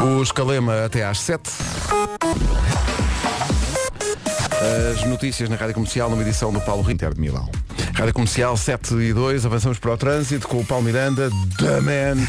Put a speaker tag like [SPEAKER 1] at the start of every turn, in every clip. [SPEAKER 1] O Escalema até às 7. As notícias na Rádio Comercial numa edição do Paulo Rico.
[SPEAKER 2] Inter de Milão.
[SPEAKER 1] Rádio Comercial 7 e 2, avançamos para o trânsito com o Paulo Miranda, The Man.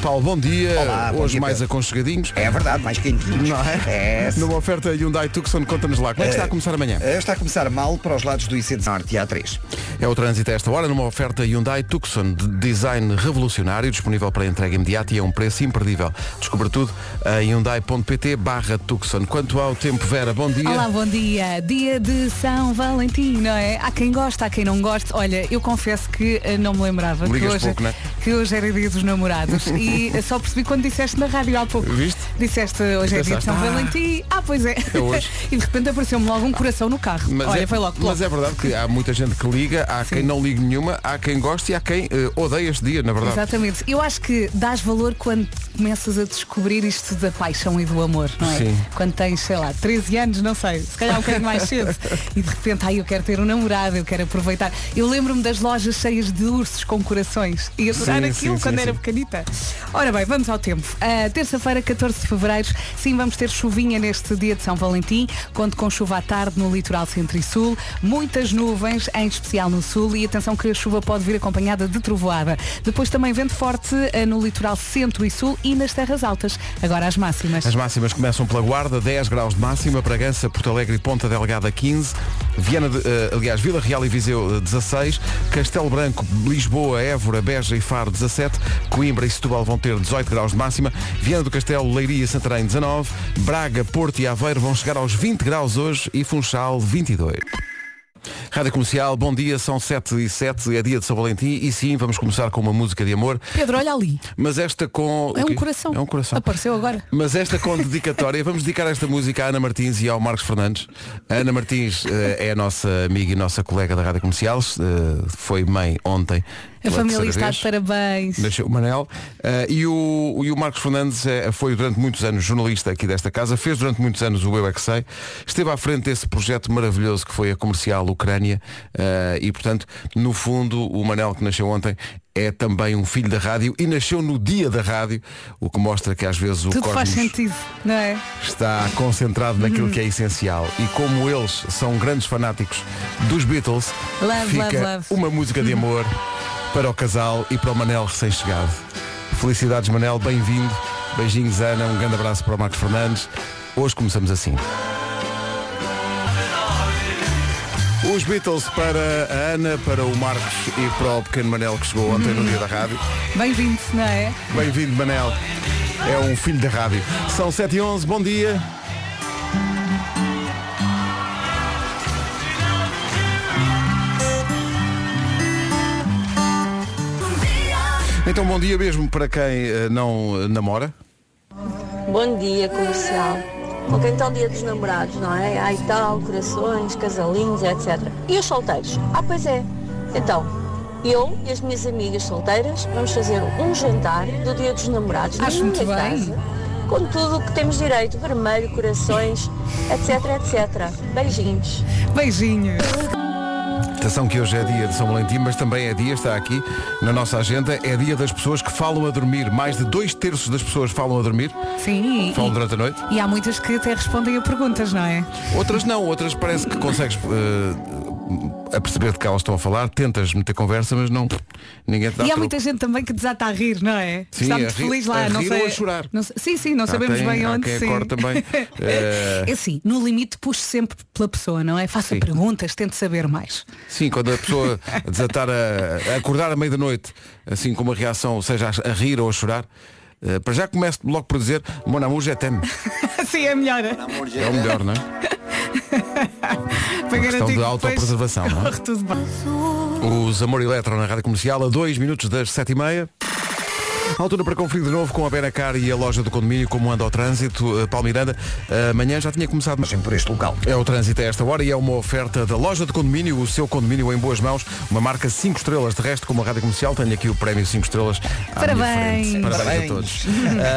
[SPEAKER 1] Paulo, bom dia.
[SPEAKER 3] Olá, bom
[SPEAKER 1] Hoje
[SPEAKER 3] dia,
[SPEAKER 1] mais
[SPEAKER 3] Pedro.
[SPEAKER 1] aconchegadinhos.
[SPEAKER 3] É verdade, mais quentinhos.
[SPEAKER 1] Não é?
[SPEAKER 3] É, sim.
[SPEAKER 1] Numa oferta Hyundai Tucson, conta-nos lá. Como é que está a começar amanhã?
[SPEAKER 3] Eh, Está a começar mal para os lados do IC Norte e A3.
[SPEAKER 1] É o trânsito a esta hora numa oferta Hyundai Tucson de design revolucionário, disponível para entrega imediata e a um preço imperdível. Descobre tudo em hyundai.pt barra Tucson. Quanto ao tempo, Vera, bom dia.
[SPEAKER 4] Olá, bom dia. Dia de São Valentim, não é? Há quem gosta, há quem não gosta. Olha, eu confesso que eh, não me lembrava que
[SPEAKER 1] Ligas
[SPEAKER 4] hoje,
[SPEAKER 1] pouco, não é?
[SPEAKER 4] que hoje era dia dos namorados. e eh, só percebi quando disseste na rádio há pouco.
[SPEAKER 1] Viste?
[SPEAKER 4] Disseste hoje é dia de
[SPEAKER 1] pensaste,
[SPEAKER 4] São
[SPEAKER 1] "Ah,
[SPEAKER 4] Valentim. Ah, pois é.
[SPEAKER 1] é hoje.
[SPEAKER 4] e de repente apareceu-me logo um coração no carro. Olha,
[SPEAKER 1] é,
[SPEAKER 4] foi logo.
[SPEAKER 1] mas
[SPEAKER 4] logo.
[SPEAKER 1] é verdade que há muita gente que liga, há quem não liga nenhuma, há quem goste e há quem eh, odeia este dia, na verdade.
[SPEAKER 4] Exatamente. Eu acho que dás valor quando começas a descobrir isto da paixão e do amor, não é?
[SPEAKER 1] Sim.
[SPEAKER 4] Quando tens, sei lá, 13 anos, não sei, se calhar um bocadinho mais cedo, e de repente, ai, eu quero ter um namorado, eu quero aproveitar. Eu lembro-me das lojas cheias de ursos com corações e adorar
[SPEAKER 1] Sim,
[SPEAKER 4] aquilo
[SPEAKER 1] sim,
[SPEAKER 4] quando
[SPEAKER 1] sim,
[SPEAKER 4] era
[SPEAKER 1] sim.
[SPEAKER 4] pequenita. Ora bem, vamos ao tempo. Ah, Terça-feira, 14 de fevereiro, sim, vamos ter chuvinha neste dia de São Valentim. Conto com chuva à tarde no litoral centro e sul. Muitas nuvens, em especial no sul. E atenção que a chuva pode vir acompanhada de trovoada. Depois também vento forte ah, no litoral centro e sul e nas terras altas. Agora as máximas.
[SPEAKER 1] As máximas começam pela Guarda, 10 graus de máxima, Bragança, Porto Alegre e Ponta Delgada 15, Viana, de- eh, aliás, Vila Real e Viseu eh, 16, Castelo Branco, Lisboa, Évora, Beja e Faro 17, Coimbra e Setúbal vão ter 18 graus de máxima, Viana do Castelo, Leiria e Santarém 19, Braga, Porto e Aveiro vão chegar aos 20 graus hoje e Funchal 22. Rádio Comercial, bom dia, são 7 e 7, é dia de São Valentim e sim, vamos começar com uma música de amor,
[SPEAKER 4] Pedro, olha ali.
[SPEAKER 1] mas esta com...
[SPEAKER 4] É
[SPEAKER 1] o
[SPEAKER 4] um
[SPEAKER 1] quê?
[SPEAKER 4] coração.
[SPEAKER 1] É um coração.
[SPEAKER 4] Apareceu agora.
[SPEAKER 1] Mas esta com dedicatória, vamos dedicar esta música à Ana Martins e ao Marcos Fernandes. A Ana Martins eh, é a nossa amiga e nossa colega da Rádio Comercial, eh, foi mãe ontem.
[SPEAKER 4] A
[SPEAKER 1] pela
[SPEAKER 4] família
[SPEAKER 1] terceira
[SPEAKER 4] está
[SPEAKER 1] vez.
[SPEAKER 4] de parabéns.
[SPEAKER 1] Nasceu o Manel. Eh, e, o, e o Marcos Fernandes eh, foi durante muitos anos jornalista aqui desta casa, fez durante muitos anos o Eu é que Sei, esteve à frente desse projeto maravilhoso que foi a comercial Ucrânia eh, e, portanto, no fundo, o Manel que nasceu ontem é também um filho da rádio e nasceu no dia da rádio, o que mostra que às vezes o
[SPEAKER 4] Tudo faz
[SPEAKER 1] cosmos
[SPEAKER 4] sentido, não é?
[SPEAKER 1] está concentrado naquilo
[SPEAKER 4] Uhum.
[SPEAKER 1] que é essencial. E como eles são grandes fanáticos dos Beatles,
[SPEAKER 4] Love,
[SPEAKER 1] fica
[SPEAKER 4] love, love.
[SPEAKER 1] uma música de amor para o casal e para o Manel recém-chegado. Felicidades, Manel, bem-vindo. Beijinhos, Ana. Um grande abraço para o Marcos Fernandes. Hoje começamos assim. Os Beatles para a Ana, para o Marcos e para o pequeno Manel que chegou ontem no dia da rádio.
[SPEAKER 4] Bem-vindo, não é?
[SPEAKER 1] Bem-vindo, Manel. É um filho da rádio. São 7 e 11 bom dia. Então, bom dia mesmo para quem eh, não eh, namora.
[SPEAKER 5] Bom dia, comercial. Ok, então dia dos namorados, não é? Ai tal, corações, casalinhos, etc. E os solteiros? Ah, pois é. Então, eu e as minhas amigas solteiras vamos fazer um jantar do dia dos namorados na
[SPEAKER 4] Acho
[SPEAKER 5] minha
[SPEAKER 4] muito bem.
[SPEAKER 5] casa, com tudo o que temos direito, vermelho, corações, etc, etc. Beijinhos.
[SPEAKER 4] Beijinhos.
[SPEAKER 1] Atenção que hoje é dia de São Valentim, mas também é dia, está aqui na nossa agenda, é dia das pessoas que falam a dormir. Mais de dois terços das pessoas falam a dormir,
[SPEAKER 4] Sim, e-
[SPEAKER 1] falam durante a noite.
[SPEAKER 4] e, há muitas que até respondem a perguntas, não é?
[SPEAKER 1] Outras não, outras parece que consegues eh, a perceber de que elas estão a falar, tentas meter conversa, mas não ninguém te dá
[SPEAKER 4] e há
[SPEAKER 1] troco.
[SPEAKER 4] muita gente também que desata a rir, não é?
[SPEAKER 1] Sim,
[SPEAKER 4] Está
[SPEAKER 1] a
[SPEAKER 4] muito
[SPEAKER 1] rir-
[SPEAKER 4] feliz lá,
[SPEAKER 1] a
[SPEAKER 4] não
[SPEAKER 1] rir
[SPEAKER 4] sei.
[SPEAKER 1] ou a chorar.
[SPEAKER 4] não se- sim, sim, não sabemos
[SPEAKER 1] quem-
[SPEAKER 4] bem
[SPEAKER 1] há
[SPEAKER 4] onde.
[SPEAKER 1] quem
[SPEAKER 4] sim.
[SPEAKER 1] acorde também. Eh,
[SPEAKER 4] É assim, no limite puxo sempre pela pessoa, não é? Faça
[SPEAKER 1] Sim.
[SPEAKER 4] perguntas, tente saber mais.
[SPEAKER 1] Sim, quando a pessoa desatar a, a acordar à meia da noite, assim com uma reação, seja a, a rir ou a chorar, eh, para já começo logo por dizer, mon amour, je t'aime."
[SPEAKER 4] Assim é melhor.
[SPEAKER 1] É o melhor, não é?
[SPEAKER 4] Para
[SPEAKER 1] questão de
[SPEAKER 4] garantir que
[SPEAKER 1] autopreservação,
[SPEAKER 4] depois
[SPEAKER 1] não é?
[SPEAKER 4] Corre tudo bem.
[SPEAKER 1] Os Amor Eletro na Rádio Comercial a 2 minutos das 7 e meia. Altura para conferir de novo com a Benacar e a loja do condomínio como anda o trânsito. Eh, Paulo Miranda, eh, amanhã já tinha começado.
[SPEAKER 3] Passem por este local.
[SPEAKER 1] É o trânsito a esta hora e é uma oferta da loja de condomínio, o seu condomínio em boas mãos, uma marca 5 estrelas. De resto, como a Rádio Comercial, tenho aqui o prémio 5 estrelas. à minha
[SPEAKER 4] Parabéns.
[SPEAKER 1] frente. Parabéns,
[SPEAKER 3] Parabéns.
[SPEAKER 1] a todos.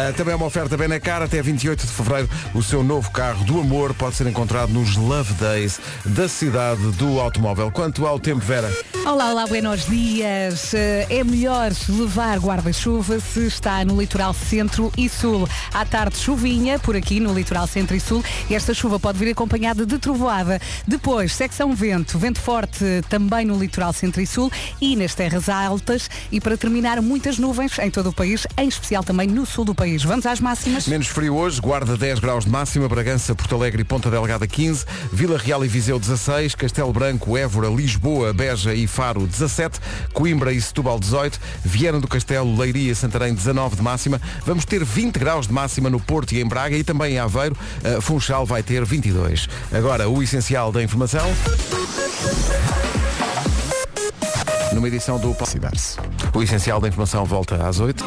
[SPEAKER 1] Ah, também é uma oferta bem na cara, até 28 de fevereiro, o seu novo carro do amor pode ser encontrado nos Love Days da cidade do automóvel. Quanto ao tempo, Vera?
[SPEAKER 4] Olá, olá, buenos dias. Eh, É melhor levar guarda-chuva se está no litoral centro e sul. À tarde, chuvinha por aqui no litoral centro e sul e esta chuva pode vir acompanhada de trovoada. Depois, secção vento, vento forte também no litoral centro e sul e nas terras altas. E para terminar, muitas nuvens em todo o país, em especial também no sul do país. Vamos às máximas?
[SPEAKER 1] Menos frio hoje, Guarda 10 graus de máxima, Bragança, Porto Alegre e Ponta Delgada 15, Vila Real e Viseu 16, Castelo Branco, Évora, Lisboa, Beja e Faro 17, Coimbra e Setúbal 18, Viana do Castelo, Leiria e Santarém 19 de máxima. Vamos ter 20 graus de máxima no Porto e em Braga e também em Aveiro. eh, Funchal vai ter 22. Agora, o essencial da informação. Numa edição do Paulo Ciberse. O essencial da informação volta às 8.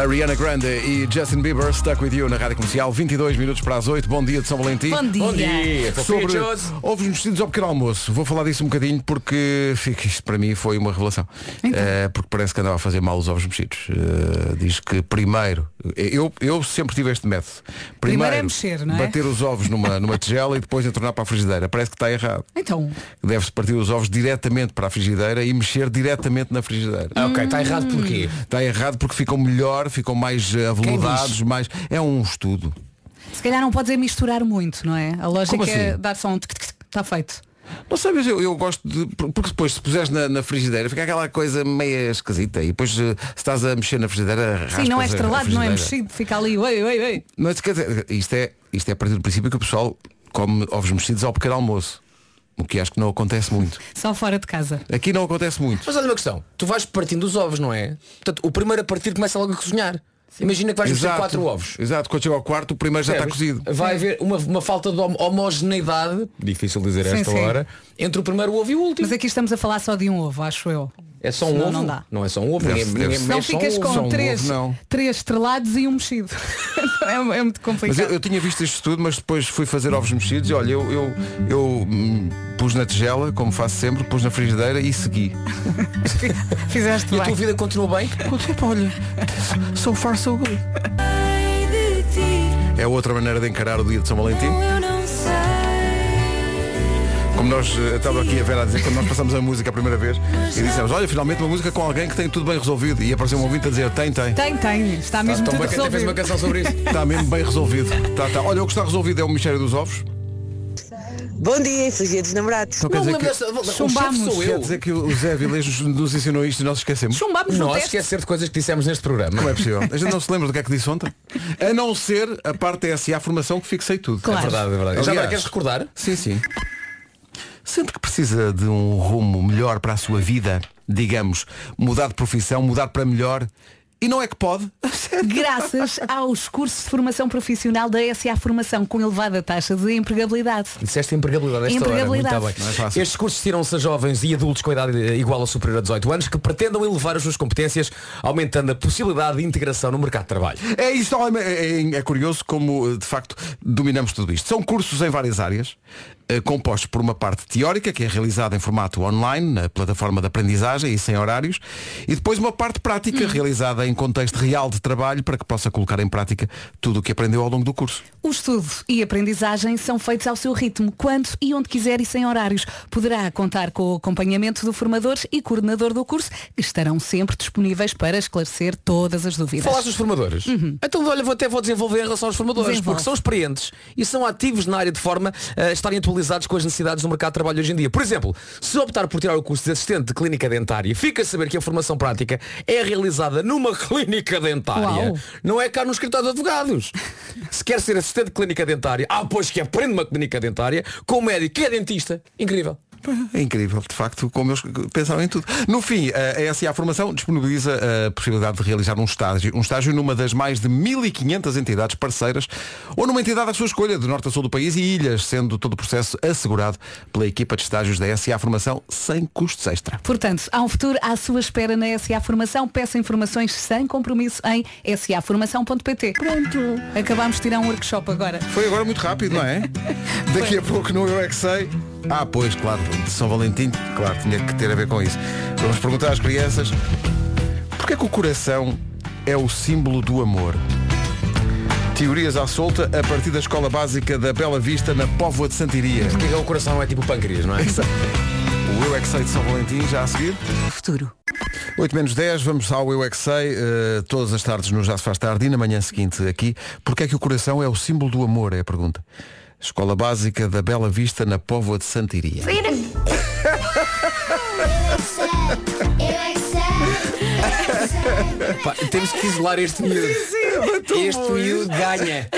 [SPEAKER 1] Ariana Grande e Justin Bieber Stuck With You na Rádio Comercial, 22 minutos para as 8. Bom dia de São Valentim.
[SPEAKER 4] Bom dia.
[SPEAKER 2] Bom dia,
[SPEAKER 1] Sobre
[SPEAKER 2] fofinhos.
[SPEAKER 1] ovos mexidos ao pequeno almoço. Vou falar disso um bocadinho porque fica, isto para mim foi uma revelação.
[SPEAKER 4] Então.
[SPEAKER 1] Eh, porque parece que andava a fazer mal os ovos mexidos. Eh, diz que primeiro, eh, eu, eu sempre tive este método. Primeiro,
[SPEAKER 4] Primeiro é mexer, não é?
[SPEAKER 1] Bater os ovos numa, numa tigela e depois entornar para a frigideira. Parece que está errado.
[SPEAKER 4] Então,
[SPEAKER 1] Deve-se partir os ovos diretamente para a frigideira e mexer diretamente na frigideira.
[SPEAKER 2] Ah, ok, está errado porquê?
[SPEAKER 1] Está errado porque ficam melhor, ficam mais eh, aveludados, mais. É um estudo.
[SPEAKER 4] se calhar não podes é misturar muito, não é? A lógica
[SPEAKER 1] Como
[SPEAKER 4] é
[SPEAKER 1] assim?
[SPEAKER 4] dar só um tc tc está feito.
[SPEAKER 1] Não sei, mas eu, eu gosto de. Porque depois se puseres na, na frigideira fica aquela coisa meia esquisita. E depois eh, se estás a mexer na frigideira.
[SPEAKER 4] Sim, não é
[SPEAKER 1] raspas a- a
[SPEAKER 4] estrelado, não é
[SPEAKER 1] frigideira.
[SPEAKER 4] mexido, fica ali, oi, oi, oi.
[SPEAKER 1] Mas quer dizer, isto é, isto é a partir do princípio que o pessoal come ovos mexidos ao pequeno almoço. O que acho que não acontece muito.
[SPEAKER 4] Só fora de casa.
[SPEAKER 1] Aqui não acontece muito.
[SPEAKER 2] Mas olha uma questão, tu vais partindo os ovos, não é? Portanto, o primeiro a partir começa logo a cozinhar. Imagina que vais fazer quatro ovos.
[SPEAKER 1] Exato, quando chega ao quarto o primeiro já está
[SPEAKER 2] Percebes?
[SPEAKER 1] cozido.
[SPEAKER 2] Vai haver uma, uma falta de hom- homogeneidade, difícil dizer a
[SPEAKER 4] Sim,
[SPEAKER 2] esta
[SPEAKER 4] sim.
[SPEAKER 2] hora, entre o primeiro ovo e o último.
[SPEAKER 4] Mas aqui estamos a falar só de um ovo, acho eu.
[SPEAKER 2] É só um
[SPEAKER 4] Senão
[SPEAKER 2] ovo?
[SPEAKER 4] não dá.
[SPEAKER 2] é só um ovo,
[SPEAKER 1] Deve-
[SPEAKER 2] ninguém,
[SPEAKER 1] deve
[SPEAKER 2] ninguém
[SPEAKER 1] ser.
[SPEAKER 4] Não
[SPEAKER 2] mexe só um
[SPEAKER 4] ficas
[SPEAKER 2] ovo.
[SPEAKER 1] só um
[SPEAKER 4] com
[SPEAKER 1] ovo,
[SPEAKER 4] três,
[SPEAKER 1] não.
[SPEAKER 4] três estrelados e um mexido. é, é muito
[SPEAKER 1] Mas eu,
[SPEAKER 4] complicado.
[SPEAKER 1] eu tinha visto este estudo, mas depois fui fazer ovos mexidos e olha, eu, eu, eu, hum, pus na tigela, como faço sempre, pus na frigideira e segui.
[SPEAKER 4] Fizeste
[SPEAKER 2] E a
[SPEAKER 4] bem.
[SPEAKER 2] tua vida continua bem?
[SPEAKER 4] Ah,
[SPEAKER 1] Tipo, olha, so far so good. É outra maneira de encarar o dia de São Valentim. Como nós eh, estava aqui a ver a dizer, quando nós passamos a música a primeira vez e dissemos, olha, finalmente uma música com alguém que tem tudo bem resolvido. E apareceu um ouvinte a dizer, tem, tem.
[SPEAKER 4] Tem, tem. Está mesmo
[SPEAKER 2] Então,
[SPEAKER 4] tudo
[SPEAKER 2] bem que até fez uma
[SPEAKER 4] resolvido.
[SPEAKER 2] canção sobre isso.
[SPEAKER 1] Está mesmo bem resolvido. Tá, tá. Olha, o que está resolvido é o Mistério dos Ovos.
[SPEAKER 6] Bom dia, feliz dia dos namorados.
[SPEAKER 1] Então
[SPEAKER 2] Não
[SPEAKER 1] quer,
[SPEAKER 2] me
[SPEAKER 1] dizer
[SPEAKER 2] lembro
[SPEAKER 1] que,
[SPEAKER 2] dessa- o chefe
[SPEAKER 4] Chumbámos.
[SPEAKER 2] sou
[SPEAKER 1] quer
[SPEAKER 2] eu.
[SPEAKER 1] dizer que o Zé Vilés nos, nos ensinou isto e nós é- esquecemos.
[SPEAKER 4] Chumbámos no
[SPEAKER 2] Nós
[SPEAKER 4] teste.
[SPEAKER 2] esquecer de coisas que dissemos neste programa.
[SPEAKER 1] Como é possível? A gente não se lembra do que é que disse ontem? A não ser a parte TSA, a formação que fixei tudo.
[SPEAKER 4] Claro.
[SPEAKER 2] É verdade, é verdade.
[SPEAKER 1] Aliás,
[SPEAKER 2] Já agora queres recordar?
[SPEAKER 1] Sim, sim. Sempre que precisa de um rumo melhor para a sua vida, digamos, mudar de profissão, mudar para melhor, e não é que pode,
[SPEAKER 4] Graças aos cursos de formação profissional da SA Formação, com elevada taxa de empregabilidade.
[SPEAKER 2] Disseste empregabilidade esta hora. Muito
[SPEAKER 4] Empregabilidade.
[SPEAKER 2] bem.
[SPEAKER 1] Não é fácil.
[SPEAKER 2] Estes cursos tiram-se a jovens e adultos com idade igual ou superior a 18 anos que pretendam elevar as suas competências, aumentando a possibilidade de integração no mercado de trabalho.
[SPEAKER 1] É isto, é, é- é curioso como eh, de facto dominamos tudo isto. São cursos em várias áreas, eh, compostos por uma parte teórica, que é realizada em formato online, na plataforma de aprendizagem e sem horários, e depois uma parte prática, realizada em contexto real de trabalho, para que possa colocar em prática tudo o que aprendeu ao longo do curso.
[SPEAKER 4] O estudo e a aprendizagem são feitos ao seu ritmo, quando e onde quiser e sem horários. Poderá contar com o acompanhamento do formador e coordenador do curso, que estarão sempre disponíveis para esclarecer todas as dúvidas.
[SPEAKER 2] Falaste dos formadores. Então olha, vou até vou desenvolver em relação aos formadores,
[SPEAKER 4] Uhum. Desenvolve.
[SPEAKER 2] porque são experientes e são ativos na área de forma a estarem atualizados com as necessidades do mercado de trabalho hoje em dia. Por exemplo, se optar por tirar o curso de assistente de clínica dentária, fica a saber que a formação prática é realizada numa clínica
[SPEAKER 4] Uau.
[SPEAKER 2] dentária. Não é cá no escritório de advogados. se quer ser assistente de clínica dentária, ah, pois que aprende uma clínica dentária com um médico que é dentista. Incrível.
[SPEAKER 1] É incrível, de facto, como eles pensaram em tudo. No fim, eh, a SA Formação disponibiliza a possibilidade de realizar um estágio, um estágio numa das mais de 1.500 entidades parceiras ou numa entidade à sua escolha, do norte a sul do país e ilhas, sendo todo o processo assegurado pela equipa de estágios da SA Formação sem custos extra.
[SPEAKER 4] Portanto, há um futuro à sua espera na SA Formação. Peça informações sem compromisso em saformação.pt. Pronto. Acabámos de tirar um workshop agora.
[SPEAKER 1] Foi agora muito rápido, não é? Daqui a pouco no Eu é que sei. Ah, pois, claro, de São Valentim, claro, tinha que ter a ver com isso. Vamos perguntar às crianças porquê que o coração é o símbolo do amor? Teorias à solta a partir da Escola Básica da Bela Vista na Póvoa de Santiria.
[SPEAKER 2] Porque o coração é tipo pâncreas, não é?
[SPEAKER 1] O Eu é que sei de São Valentim, já a seguir.
[SPEAKER 4] Futuro.
[SPEAKER 1] 8 menos 10, vamos ao Eu É Que Sei, eh, todas as tardes no Já Se Faz Tarde e na manhã seguinte aqui. Porquê é que o coração é o símbolo do amor, é a pergunta. Escola Básica da Bela Vista na Póvoa de Santiria.
[SPEAKER 2] Pá, temos que isolar este miúdo.
[SPEAKER 4] é
[SPEAKER 2] Este miúdo ganha.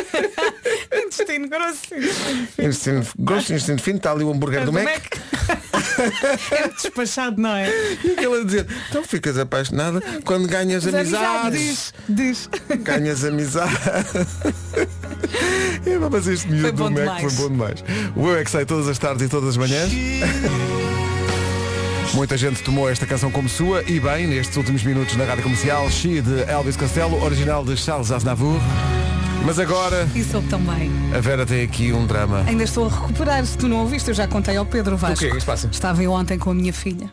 [SPEAKER 4] Intestino grosso.
[SPEAKER 1] Instinto, grosso instinto fino, está ali o hambúrguer do Mac.
[SPEAKER 4] é despachado, não é?
[SPEAKER 1] E aquele a dizer, então ficas apaixonada quando ganhas é amizades.
[SPEAKER 4] Diz, diz.
[SPEAKER 1] Ganhas amizade. É, pá, mas este miúdo
[SPEAKER 4] bom
[SPEAKER 1] do Mac foi
[SPEAKER 4] demais.
[SPEAKER 1] bom demais. O Eu é que sai todas as tardes e todas as manhãs. Muita gente tomou esta canção como sua e bem, nestes últimos minutos na rádio comercial, She de Elvis Costello, original de Charles Aznavour. Mas agora,
[SPEAKER 4] E soube também.
[SPEAKER 1] a Vera tem aqui um drama.
[SPEAKER 4] Ainda estou a recuperar, se tu não ouviste, eu já contei ao Pedro
[SPEAKER 2] O
[SPEAKER 4] Vasco.
[SPEAKER 2] quê? O que é que se passa?
[SPEAKER 4] Estava eu ontem com a minha filha,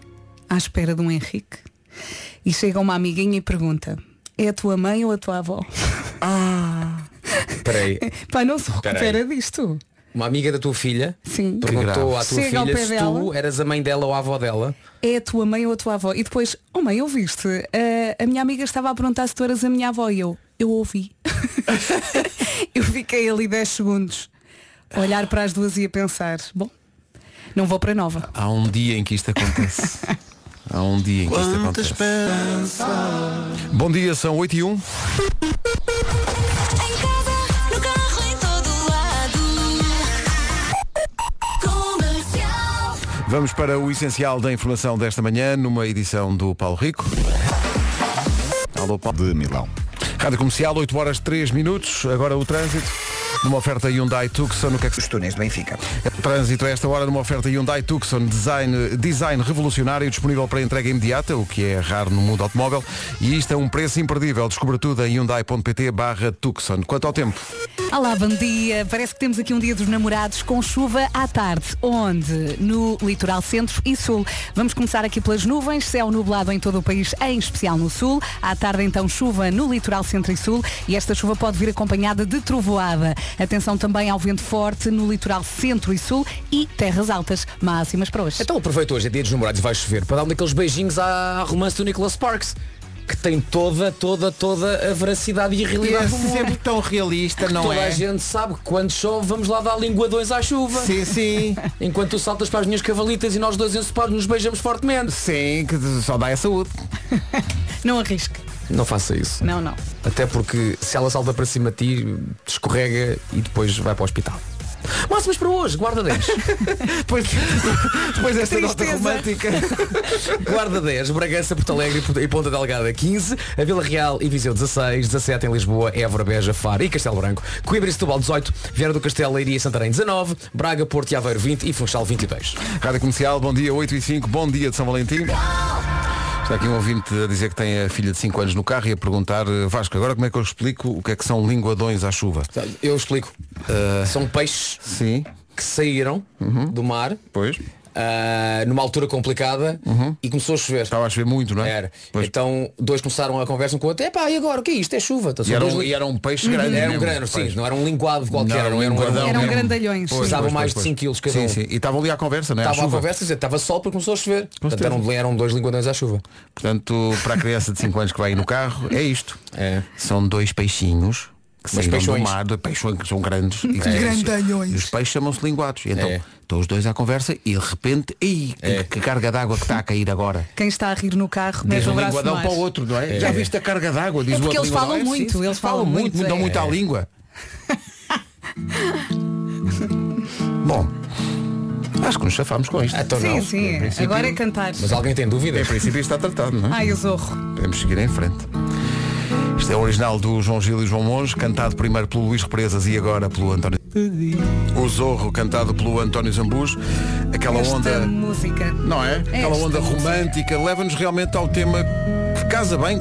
[SPEAKER 4] à espera de um Henrique, e chega uma amiguinha e pergunta, é a tua mãe ou a tua avó?
[SPEAKER 2] Espera aí. Então-
[SPEAKER 4] Pá, não se
[SPEAKER 2] Espera
[SPEAKER 4] recupera disto.
[SPEAKER 2] Uma amiga da tua filha
[SPEAKER 4] Sim.
[SPEAKER 2] perguntou à
[SPEAKER 1] grave.
[SPEAKER 2] tua
[SPEAKER 4] Chega ao
[SPEAKER 2] filha
[SPEAKER 4] pé
[SPEAKER 2] se tu
[SPEAKER 4] dela.
[SPEAKER 2] eras a mãe dela ou a avó dela.
[SPEAKER 4] É a tua mãe ou a tua avó? E depois, oh mãe, ouviste? Ah, a minha amiga estava a perguntar se tu eras a minha avó e eu, eu ouvi. eu fiquei ali 10 segundos a olhar para as duas e a pensar, bom, não vou para nova.
[SPEAKER 1] Há um dia em que isto acontece. Há um dia em que isto acontece. Bom dia, são 8 e
[SPEAKER 7] Em
[SPEAKER 1] 1.
[SPEAKER 7] casa, no carro, em todo lado. Comercial.
[SPEAKER 1] Vamos para o essencial da informação desta manhã, numa edição do Paulo Rico. Alô, Paulo.
[SPEAKER 8] de Milão.
[SPEAKER 1] Rádio Comercial, 8 horas 3 minutos. Agora o trânsito. Numa oferta Hyundai Tucson, o que é que se É
[SPEAKER 3] Os túneis de Benfica.
[SPEAKER 1] Trânsito a esta hora numa oferta Hyundai Tucson design, design revolucionário disponível para entrega imediata, o que é raro no mundo automóvel. E isto é um preço imperdível. Descubra tudo em hyundai.pt barra Tucson. Quanto ao tempo,
[SPEAKER 4] Olá, bom dia. Parece que temos aqui um dia dos namorados com chuva à tarde. Onde? No litoral centro e sul. Vamos começar aqui pelas nuvens, céu nublado em todo o país, em especial no sul. À tarde, então, chuva no litoral centro e sul e esta chuva pode vir acompanhada de trovoada. Atenção também ao vento forte no litoral centro e sul e terras altas, máximas para hoje.
[SPEAKER 2] Então aproveito hoje, é dia dos namorados e vai chover, para dar um daqueles beijinhos à à romance do Nicholas Sparks. Que tem toda, toda, toda a veracidade e a realidade do mundo.
[SPEAKER 1] É tão realista,
[SPEAKER 2] Toda a gente sabe que quando chove vamos lá dar linguadões à chuva.
[SPEAKER 1] Sim, sim,
[SPEAKER 2] Enquanto tu saltas para as minhas cavalitas e nós dois ensopados nos beijamos fortemente.
[SPEAKER 1] sim, que só dá a saúde.
[SPEAKER 4] Não arrisque.
[SPEAKER 2] Não faça isso.
[SPEAKER 4] Não, não.
[SPEAKER 2] Até porque se ela salta para cima de ti, escorrega e depois vai para o hospital. Máximas para hoje, guarda 10.
[SPEAKER 1] Depois, depois desta nota
[SPEAKER 4] Tristeza.
[SPEAKER 1] romântica.
[SPEAKER 2] Guarda 10, Bragança, Porto Alegre e Ponta Delgada 15, a Vila Real e Viseu 16, 17 em Lisboa, Évora, Beja, Faro e Castelo Branco, Coimbra e Setúbal 18, Vieira do Castelo, Leiria e Santarém 19, Braga, Porto e Aveiro 20 e Funchal 22.
[SPEAKER 1] Rádio Comercial, bom dia, 8 e 5, bom dia de São Valentim. Está aqui um ouvinte a dizer que tem a filha de 5 anos no carro e a perguntar, eh, Vasco, agora como é que eu explico o que é que são linguadões à chuva?
[SPEAKER 2] Eu explico. São peixes
[SPEAKER 1] Sim,
[SPEAKER 2] que saíram do mar
[SPEAKER 1] pois.
[SPEAKER 2] ah, numa altura complicada e começou a chover.
[SPEAKER 1] Estava a chover muito, não é?
[SPEAKER 2] Era.
[SPEAKER 1] Uhum. Pois.
[SPEAKER 2] Então dois começaram a conversa um com o outro, epá, e agora o que é isto? É chuva. Então,
[SPEAKER 1] E
[SPEAKER 2] são
[SPEAKER 1] era,
[SPEAKER 2] dois
[SPEAKER 1] um,
[SPEAKER 2] li-
[SPEAKER 1] e era um peixe grande.
[SPEAKER 2] Era um
[SPEAKER 1] mesmo,
[SPEAKER 2] grande, sim,
[SPEAKER 1] pois.
[SPEAKER 2] não era um linguado
[SPEAKER 1] Não,
[SPEAKER 2] qualquer,
[SPEAKER 1] era
[SPEAKER 2] não,
[SPEAKER 1] um
[SPEAKER 2] era um,
[SPEAKER 1] linguadão.
[SPEAKER 4] Eram
[SPEAKER 1] mesmo.
[SPEAKER 4] grandalhões.
[SPEAKER 1] Pois,
[SPEAKER 2] Pesavam
[SPEAKER 1] pois,
[SPEAKER 2] mais de
[SPEAKER 1] pois,
[SPEAKER 2] cinco
[SPEAKER 1] pois.
[SPEAKER 2] quilos cada
[SPEAKER 1] sim,
[SPEAKER 2] um.
[SPEAKER 1] Sim, E estavam ali à conversa, não é? À
[SPEAKER 2] Estava a
[SPEAKER 1] chuva.
[SPEAKER 2] conversa, dizer, estava sol porque começou a chover. Portanto,
[SPEAKER 1] certeza.
[SPEAKER 2] eram, eram dois linguadões à chuva.
[SPEAKER 1] Portanto, para a criança de 5 anos que vai aí no carro, é isto.
[SPEAKER 2] É.
[SPEAKER 1] São dois peixinhos que
[SPEAKER 2] Mas
[SPEAKER 1] saíram do
[SPEAKER 2] peixões.
[SPEAKER 1] mar, dois peixões que são grandes. E
[SPEAKER 4] Grandalhões.
[SPEAKER 1] E os peixes chamam-se linguados. E então,
[SPEAKER 2] É.
[SPEAKER 1] estão os dois à conversa e de repente, ei, que-
[SPEAKER 2] É.
[SPEAKER 1] que carga d'água que está a cair agora.
[SPEAKER 4] Quem está a rir no carro,
[SPEAKER 1] Diz
[SPEAKER 4] mete o
[SPEAKER 1] um
[SPEAKER 4] braço
[SPEAKER 1] linguadão
[SPEAKER 4] mais.
[SPEAKER 1] para o outro, não é? Já viste a carga d'água? Diz
[SPEAKER 4] É
[SPEAKER 1] o
[SPEAKER 4] porque
[SPEAKER 1] outro
[SPEAKER 4] eles
[SPEAKER 1] linguadão.
[SPEAKER 4] falam
[SPEAKER 1] É, sim,
[SPEAKER 4] muito,
[SPEAKER 1] sim,
[SPEAKER 4] eles falam muito,
[SPEAKER 1] muito, dão
[SPEAKER 4] é.
[SPEAKER 1] muito à língua. Bom, acho que nos chafámos com isto.
[SPEAKER 2] Então
[SPEAKER 4] Sim,
[SPEAKER 2] não.
[SPEAKER 4] sim. Agora é cantar.
[SPEAKER 2] Mas alguém tem dúvida?
[SPEAKER 1] Em princípio está tratado, não é?
[SPEAKER 4] Ai, o zorro.
[SPEAKER 1] Podemos seguir em frente. Isto é o original do João Gil e João Monge, cantado primeiro pelo Luís Represas e agora pelo António. O Zorro, cantado pelo António Zambujo. Aquela
[SPEAKER 4] Esta
[SPEAKER 1] onda,
[SPEAKER 4] música.
[SPEAKER 1] não é? Aquela
[SPEAKER 4] Esta
[SPEAKER 1] onda
[SPEAKER 4] música.
[SPEAKER 1] romântica leva-nos realmente ao tema que casa bem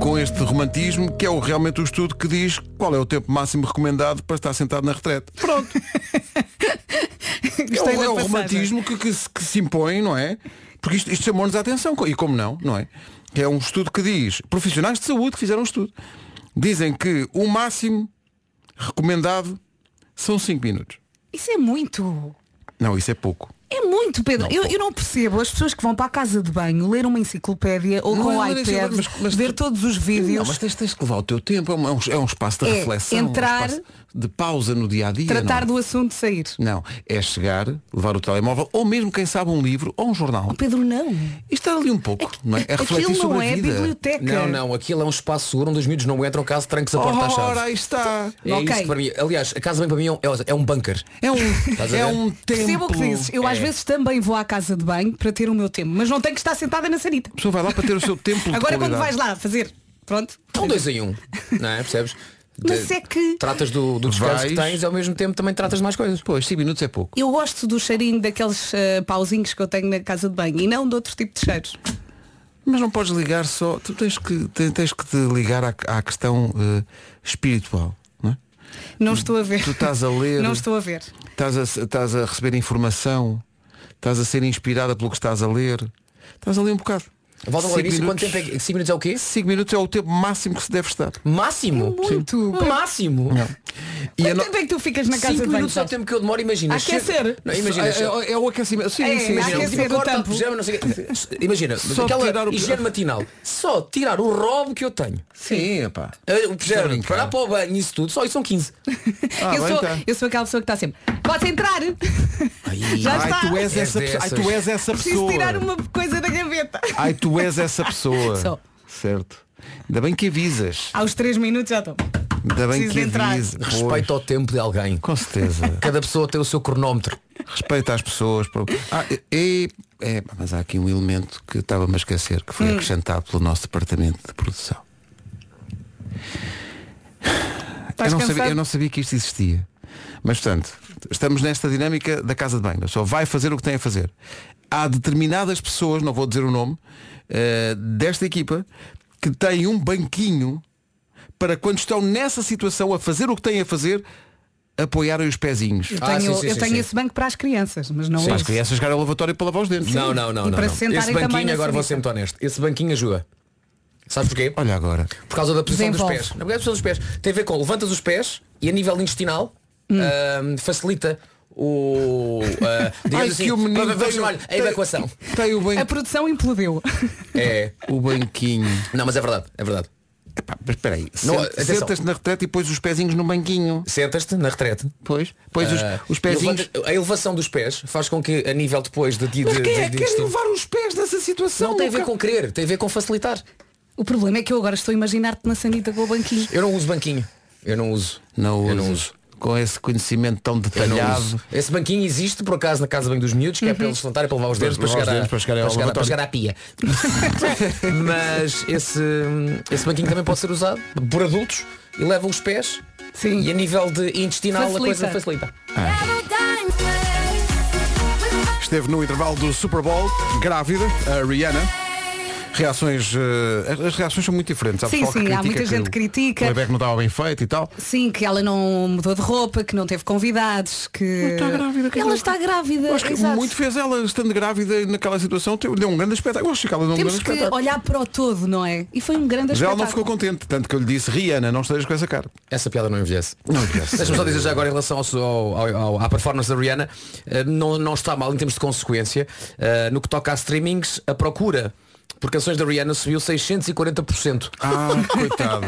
[SPEAKER 1] com este romantismo, que é o, realmente o estudo que diz qual é o tempo máximo recomendado para estar sentado na retrete. Pronto. É o,
[SPEAKER 4] Gostei da
[SPEAKER 1] é o
[SPEAKER 4] passagem.
[SPEAKER 1] romantismo que, que se- que se impõe, não é? Porque isto, isto chamou-nos a atenção. co- E como não, não é? Que é um estudo que diz, profissionais de saúde que fizeram um estudo, dizem que o máximo recomendado são 5 minutos.
[SPEAKER 4] Isso é muito.
[SPEAKER 1] Não, isso é pouco.
[SPEAKER 4] É muito, Pedro. eu, eu não percebo as pessoas que vão para a casa de banho ler uma enciclopédia ou
[SPEAKER 1] Não
[SPEAKER 4] com
[SPEAKER 1] é
[SPEAKER 4] o
[SPEAKER 1] ler
[SPEAKER 4] iPad,
[SPEAKER 1] enciclopédia, mas- mas-
[SPEAKER 4] ver todos os
[SPEAKER 1] Não,
[SPEAKER 4] vídeos.
[SPEAKER 1] mas tens, tens que levar o teu tempo, é um, é um- é um espaço de
[SPEAKER 4] É
[SPEAKER 1] reflexão,
[SPEAKER 4] entrar-
[SPEAKER 1] um espaço de pausa no dia a dia.
[SPEAKER 4] Tratar do assunto sair.
[SPEAKER 1] Não, é chegar, levar o telemóvel, ou mesmo quem sabe um livro ou um jornal.
[SPEAKER 4] Oh, Pedro, não.
[SPEAKER 1] E estar ali um pouco, não é? É refletir
[SPEAKER 4] Aquilo não
[SPEAKER 1] sobre a
[SPEAKER 4] é
[SPEAKER 1] vida.
[SPEAKER 4] biblioteca.
[SPEAKER 2] Não, não, aquilo é um espaço seguro onde os miúdos não entram caso tranques a porta à
[SPEAKER 4] Oh,
[SPEAKER 1] Ora,
[SPEAKER 2] chave.
[SPEAKER 1] aí está.
[SPEAKER 2] É
[SPEAKER 4] Ok.
[SPEAKER 2] isso para mim. Aliás, a casa bem para mim é um, é um bunker.
[SPEAKER 1] É
[SPEAKER 2] Estás
[SPEAKER 1] um,
[SPEAKER 2] a
[SPEAKER 1] é
[SPEAKER 2] ver?
[SPEAKER 1] um
[SPEAKER 4] Percebo
[SPEAKER 1] tempo.
[SPEAKER 4] o que dizes. Eu às
[SPEAKER 2] É.
[SPEAKER 4] vezes também vou à casa de banho para ter o meu tempo, mas não tenho que estar sentada na sanita.
[SPEAKER 1] A pessoa vai lá para ter o seu tempo.
[SPEAKER 4] Agora
[SPEAKER 1] de
[SPEAKER 4] quando vais
[SPEAKER 1] qualidade.
[SPEAKER 4] lá fazer, pronto.
[SPEAKER 2] É um dois em um. Não é? Percebes?
[SPEAKER 4] Mas
[SPEAKER 2] De-
[SPEAKER 4] é que-
[SPEAKER 2] Tratas do, do descanso que
[SPEAKER 1] Vais.
[SPEAKER 2] tens e ao mesmo tempo também tratas de mais coisas.
[SPEAKER 1] Pois, 5 minutos é pouco.
[SPEAKER 4] Eu gosto do cheirinho daqueles eh, pauzinhos que eu tenho na casa de banho e não de outro tipo de cheiros.
[SPEAKER 1] Mas não podes ligar só. Tu tens que, te- tens que te ligar à, à questão eh, espiritual. Não é?
[SPEAKER 4] Não estou a ver.
[SPEAKER 1] Tu estás a ler.
[SPEAKER 4] Não estou a ver.
[SPEAKER 1] Estás a, estás a receber informação. Estás a ser inspirada pelo que estás a ler. Estás a ler um bocado.
[SPEAKER 2] Volta ao
[SPEAKER 1] Cinco
[SPEAKER 2] início, quanto
[SPEAKER 1] minutos.
[SPEAKER 2] tempo é que. 5 minutos é o quê?
[SPEAKER 1] 5 minutos é o tempo máximo que se deve estar.
[SPEAKER 2] Máximo?
[SPEAKER 4] Um Muito.
[SPEAKER 2] Sim. Máximo?
[SPEAKER 1] E
[SPEAKER 4] Quanto
[SPEAKER 1] a no-
[SPEAKER 4] tempo é que tu ficas na casa
[SPEAKER 2] 5
[SPEAKER 4] de banho?
[SPEAKER 2] minutos é o tempo que eu demoro, imagina.
[SPEAKER 4] Aquecer.
[SPEAKER 2] chego- Não, imagina.
[SPEAKER 1] É,
[SPEAKER 2] chego-
[SPEAKER 1] é- é o aquecimento. Sim,
[SPEAKER 4] É,
[SPEAKER 1] sim,
[SPEAKER 4] é
[SPEAKER 1] sim.
[SPEAKER 2] Imagina,
[SPEAKER 4] aquecer
[SPEAKER 2] tipo,
[SPEAKER 4] o
[SPEAKER 2] corta a
[SPEAKER 4] tampo.
[SPEAKER 2] pijama, não sei o quê. Imagina,
[SPEAKER 1] Só
[SPEAKER 2] aquela
[SPEAKER 1] tirar o-
[SPEAKER 2] higiene matinal. Só tirar o robe que eu tenho.
[SPEAKER 1] Sim, epá.
[SPEAKER 2] Eh, O
[SPEAKER 1] Estou a
[SPEAKER 2] pijama,
[SPEAKER 1] brincar.
[SPEAKER 2] parar para o banho, isso tudo, só isso são 15.
[SPEAKER 1] Ah,
[SPEAKER 4] eu,
[SPEAKER 1] bem,
[SPEAKER 4] sou,
[SPEAKER 1] tá.
[SPEAKER 4] eu sou aquela pessoa que está sempre. Podes entrar? Já
[SPEAKER 1] Ai,
[SPEAKER 4] está.
[SPEAKER 1] tu és
[SPEAKER 2] És
[SPEAKER 1] essa pessoa. Ai, tu és essa
[SPEAKER 4] Preciso
[SPEAKER 1] pessoa.
[SPEAKER 4] tirar uma coisa da gaveta.
[SPEAKER 1] Ai, tu és essa pessoa.
[SPEAKER 4] Sou.
[SPEAKER 1] Certo. Ainda bem que avisas.
[SPEAKER 4] Aos três minutos já estou.
[SPEAKER 1] Ainda bem
[SPEAKER 4] Preciso
[SPEAKER 1] que
[SPEAKER 4] de entrar.
[SPEAKER 1] avisas.
[SPEAKER 2] Respeito ao tempo de alguém.
[SPEAKER 1] Com certeza.
[SPEAKER 2] Cada pessoa tem o seu cronómetro.
[SPEAKER 1] Respeito às pessoas. pro- Ah, e, é, pá, mas há aqui um elemento que estava-me a esquecer, que
[SPEAKER 4] Hum.
[SPEAKER 1] foi acrescentado pelo nosso departamento de produção. Eu
[SPEAKER 4] Estás
[SPEAKER 1] não, sabia,
[SPEAKER 4] cansado?
[SPEAKER 1] eu não sabia que isto existia. Mas portanto, estamos nesta dinâmica da casa de banho. A pessoa vai fazer o que tem a fazer. Há determinadas pessoas, não vou dizer o nome, eh, desta equipa, que têm um banquinho para quando estão nessa situação a fazer o que têm a fazer, apoiarem os pezinhos.
[SPEAKER 4] Eu
[SPEAKER 2] Ah,
[SPEAKER 4] tenho,
[SPEAKER 2] sim, sim,
[SPEAKER 4] eu
[SPEAKER 2] sim,
[SPEAKER 4] tenho
[SPEAKER 2] sim.
[SPEAKER 4] esse banco para as crianças, mas não
[SPEAKER 2] Sim.
[SPEAKER 1] As
[SPEAKER 4] uso.
[SPEAKER 1] crianças chegaram ao lavatório para lavar os dentes.
[SPEAKER 2] Não, não, não,
[SPEAKER 4] E
[SPEAKER 2] não.
[SPEAKER 4] para
[SPEAKER 2] não.
[SPEAKER 4] sentarem
[SPEAKER 2] Esse
[SPEAKER 4] também assim,
[SPEAKER 2] banquinho,
[SPEAKER 4] na
[SPEAKER 2] agora vou
[SPEAKER 4] sanita.
[SPEAKER 2] ser muito honesto. Esse banquinho ajuda. Sabes porquê?
[SPEAKER 1] Olha agora.
[SPEAKER 2] Por causa da posição dos
[SPEAKER 4] Desenvolve.
[SPEAKER 2] pés. Não é por causa da posição dos pés. Tem a ver com levantas os pés e a nível intestinal
[SPEAKER 1] Hum.
[SPEAKER 2] ahm, facilita o. ah, digamos
[SPEAKER 1] Ai,
[SPEAKER 2] assim,
[SPEAKER 1] que o menino
[SPEAKER 2] vamos
[SPEAKER 1] tem o-
[SPEAKER 2] chamar-lhe a
[SPEAKER 1] tem-
[SPEAKER 2] evacuação.
[SPEAKER 1] Tem o, ban...
[SPEAKER 4] A produção implodiu.
[SPEAKER 2] É.
[SPEAKER 1] o banquinho.
[SPEAKER 2] Não, mas é verdade, é verdade.
[SPEAKER 1] Epá, mas espera aí.
[SPEAKER 2] Não,
[SPEAKER 1] Senta-
[SPEAKER 2] atenção.
[SPEAKER 1] Sentas-te na retreta e pões os pezinhos no banquinho.
[SPEAKER 2] Sentas-te na retrete.
[SPEAKER 1] Pois. Pões os,
[SPEAKER 2] ah,
[SPEAKER 1] os pezinhos.
[SPEAKER 2] levanta- A elevação dos pés faz com que a nível depois de, de, de-
[SPEAKER 1] é
[SPEAKER 2] de- de intestino-
[SPEAKER 1] os pés nessa situação?
[SPEAKER 2] Não tem a ver com querer, tem a ver com facilitar.
[SPEAKER 4] O problema é que eu agora estou a imaginar-te na sanita com o banquinho.
[SPEAKER 2] Eu não uso banquinho. Eu não uso.
[SPEAKER 1] Não
[SPEAKER 2] Eu não
[SPEAKER 1] uso. Com esse conhecimento tão
[SPEAKER 2] Eu não
[SPEAKER 1] detalhado.
[SPEAKER 2] uso. Esse banquinho existe por acaso na casa de banho dos miúdos, que é para eles se levantarem para levar os
[SPEAKER 1] Para
[SPEAKER 2] dedos para,
[SPEAKER 1] levar os
[SPEAKER 2] chegar,
[SPEAKER 1] dedos,
[SPEAKER 2] a,
[SPEAKER 1] para chegar ao
[SPEAKER 2] para
[SPEAKER 1] lavatório.
[SPEAKER 2] chegar à pia. Mas esse, esse banquinho também pode ser usado por adultos e leva os pés
[SPEAKER 4] Sim.
[SPEAKER 1] é?
[SPEAKER 2] e a nível de intestinal a coisa
[SPEAKER 4] Facilita.
[SPEAKER 2] facilita.
[SPEAKER 1] Esteve no intervalo do Super Bowl, grávida, a Rihanna. Reações, eh, as reações são muito diferentes. Há
[SPEAKER 4] Sim,
[SPEAKER 1] pessoal que
[SPEAKER 4] sim, há
[SPEAKER 1] critica
[SPEAKER 4] muita gente que
[SPEAKER 1] o-
[SPEAKER 4] critica.
[SPEAKER 1] O playback não estava bem feito e tal.
[SPEAKER 4] Sim, que ela não mudou de roupa, que não teve convidados, que.
[SPEAKER 1] Está grávida, que
[SPEAKER 4] ela
[SPEAKER 1] ela-
[SPEAKER 4] está grávida.
[SPEAKER 1] Eu acho que é
[SPEAKER 4] exato.
[SPEAKER 1] muito fez ela estando grávida naquela situação, teve- deu um grande espetáculo. Eu acho que ela deu um
[SPEAKER 4] Temos
[SPEAKER 1] grande
[SPEAKER 4] que
[SPEAKER 1] espetáculo.
[SPEAKER 4] olhar para o todo, não é? E foi um grande
[SPEAKER 1] Mas ela
[SPEAKER 4] espetáculo.
[SPEAKER 1] não ficou contente, tanto que eu lhe disse, Rihanna, não estejas com essa cara.
[SPEAKER 2] Essa piada não envelhece.
[SPEAKER 1] Não envelhece.
[SPEAKER 2] Deixa-me só dizer já agora em relação ao, ao- ao- à performance da Rihanna, eh, não, não está mal em termos de consequência. Eh, no que toca a streamings, a procura por canções da Rihanna subiu 640%.
[SPEAKER 1] Ah, coitada.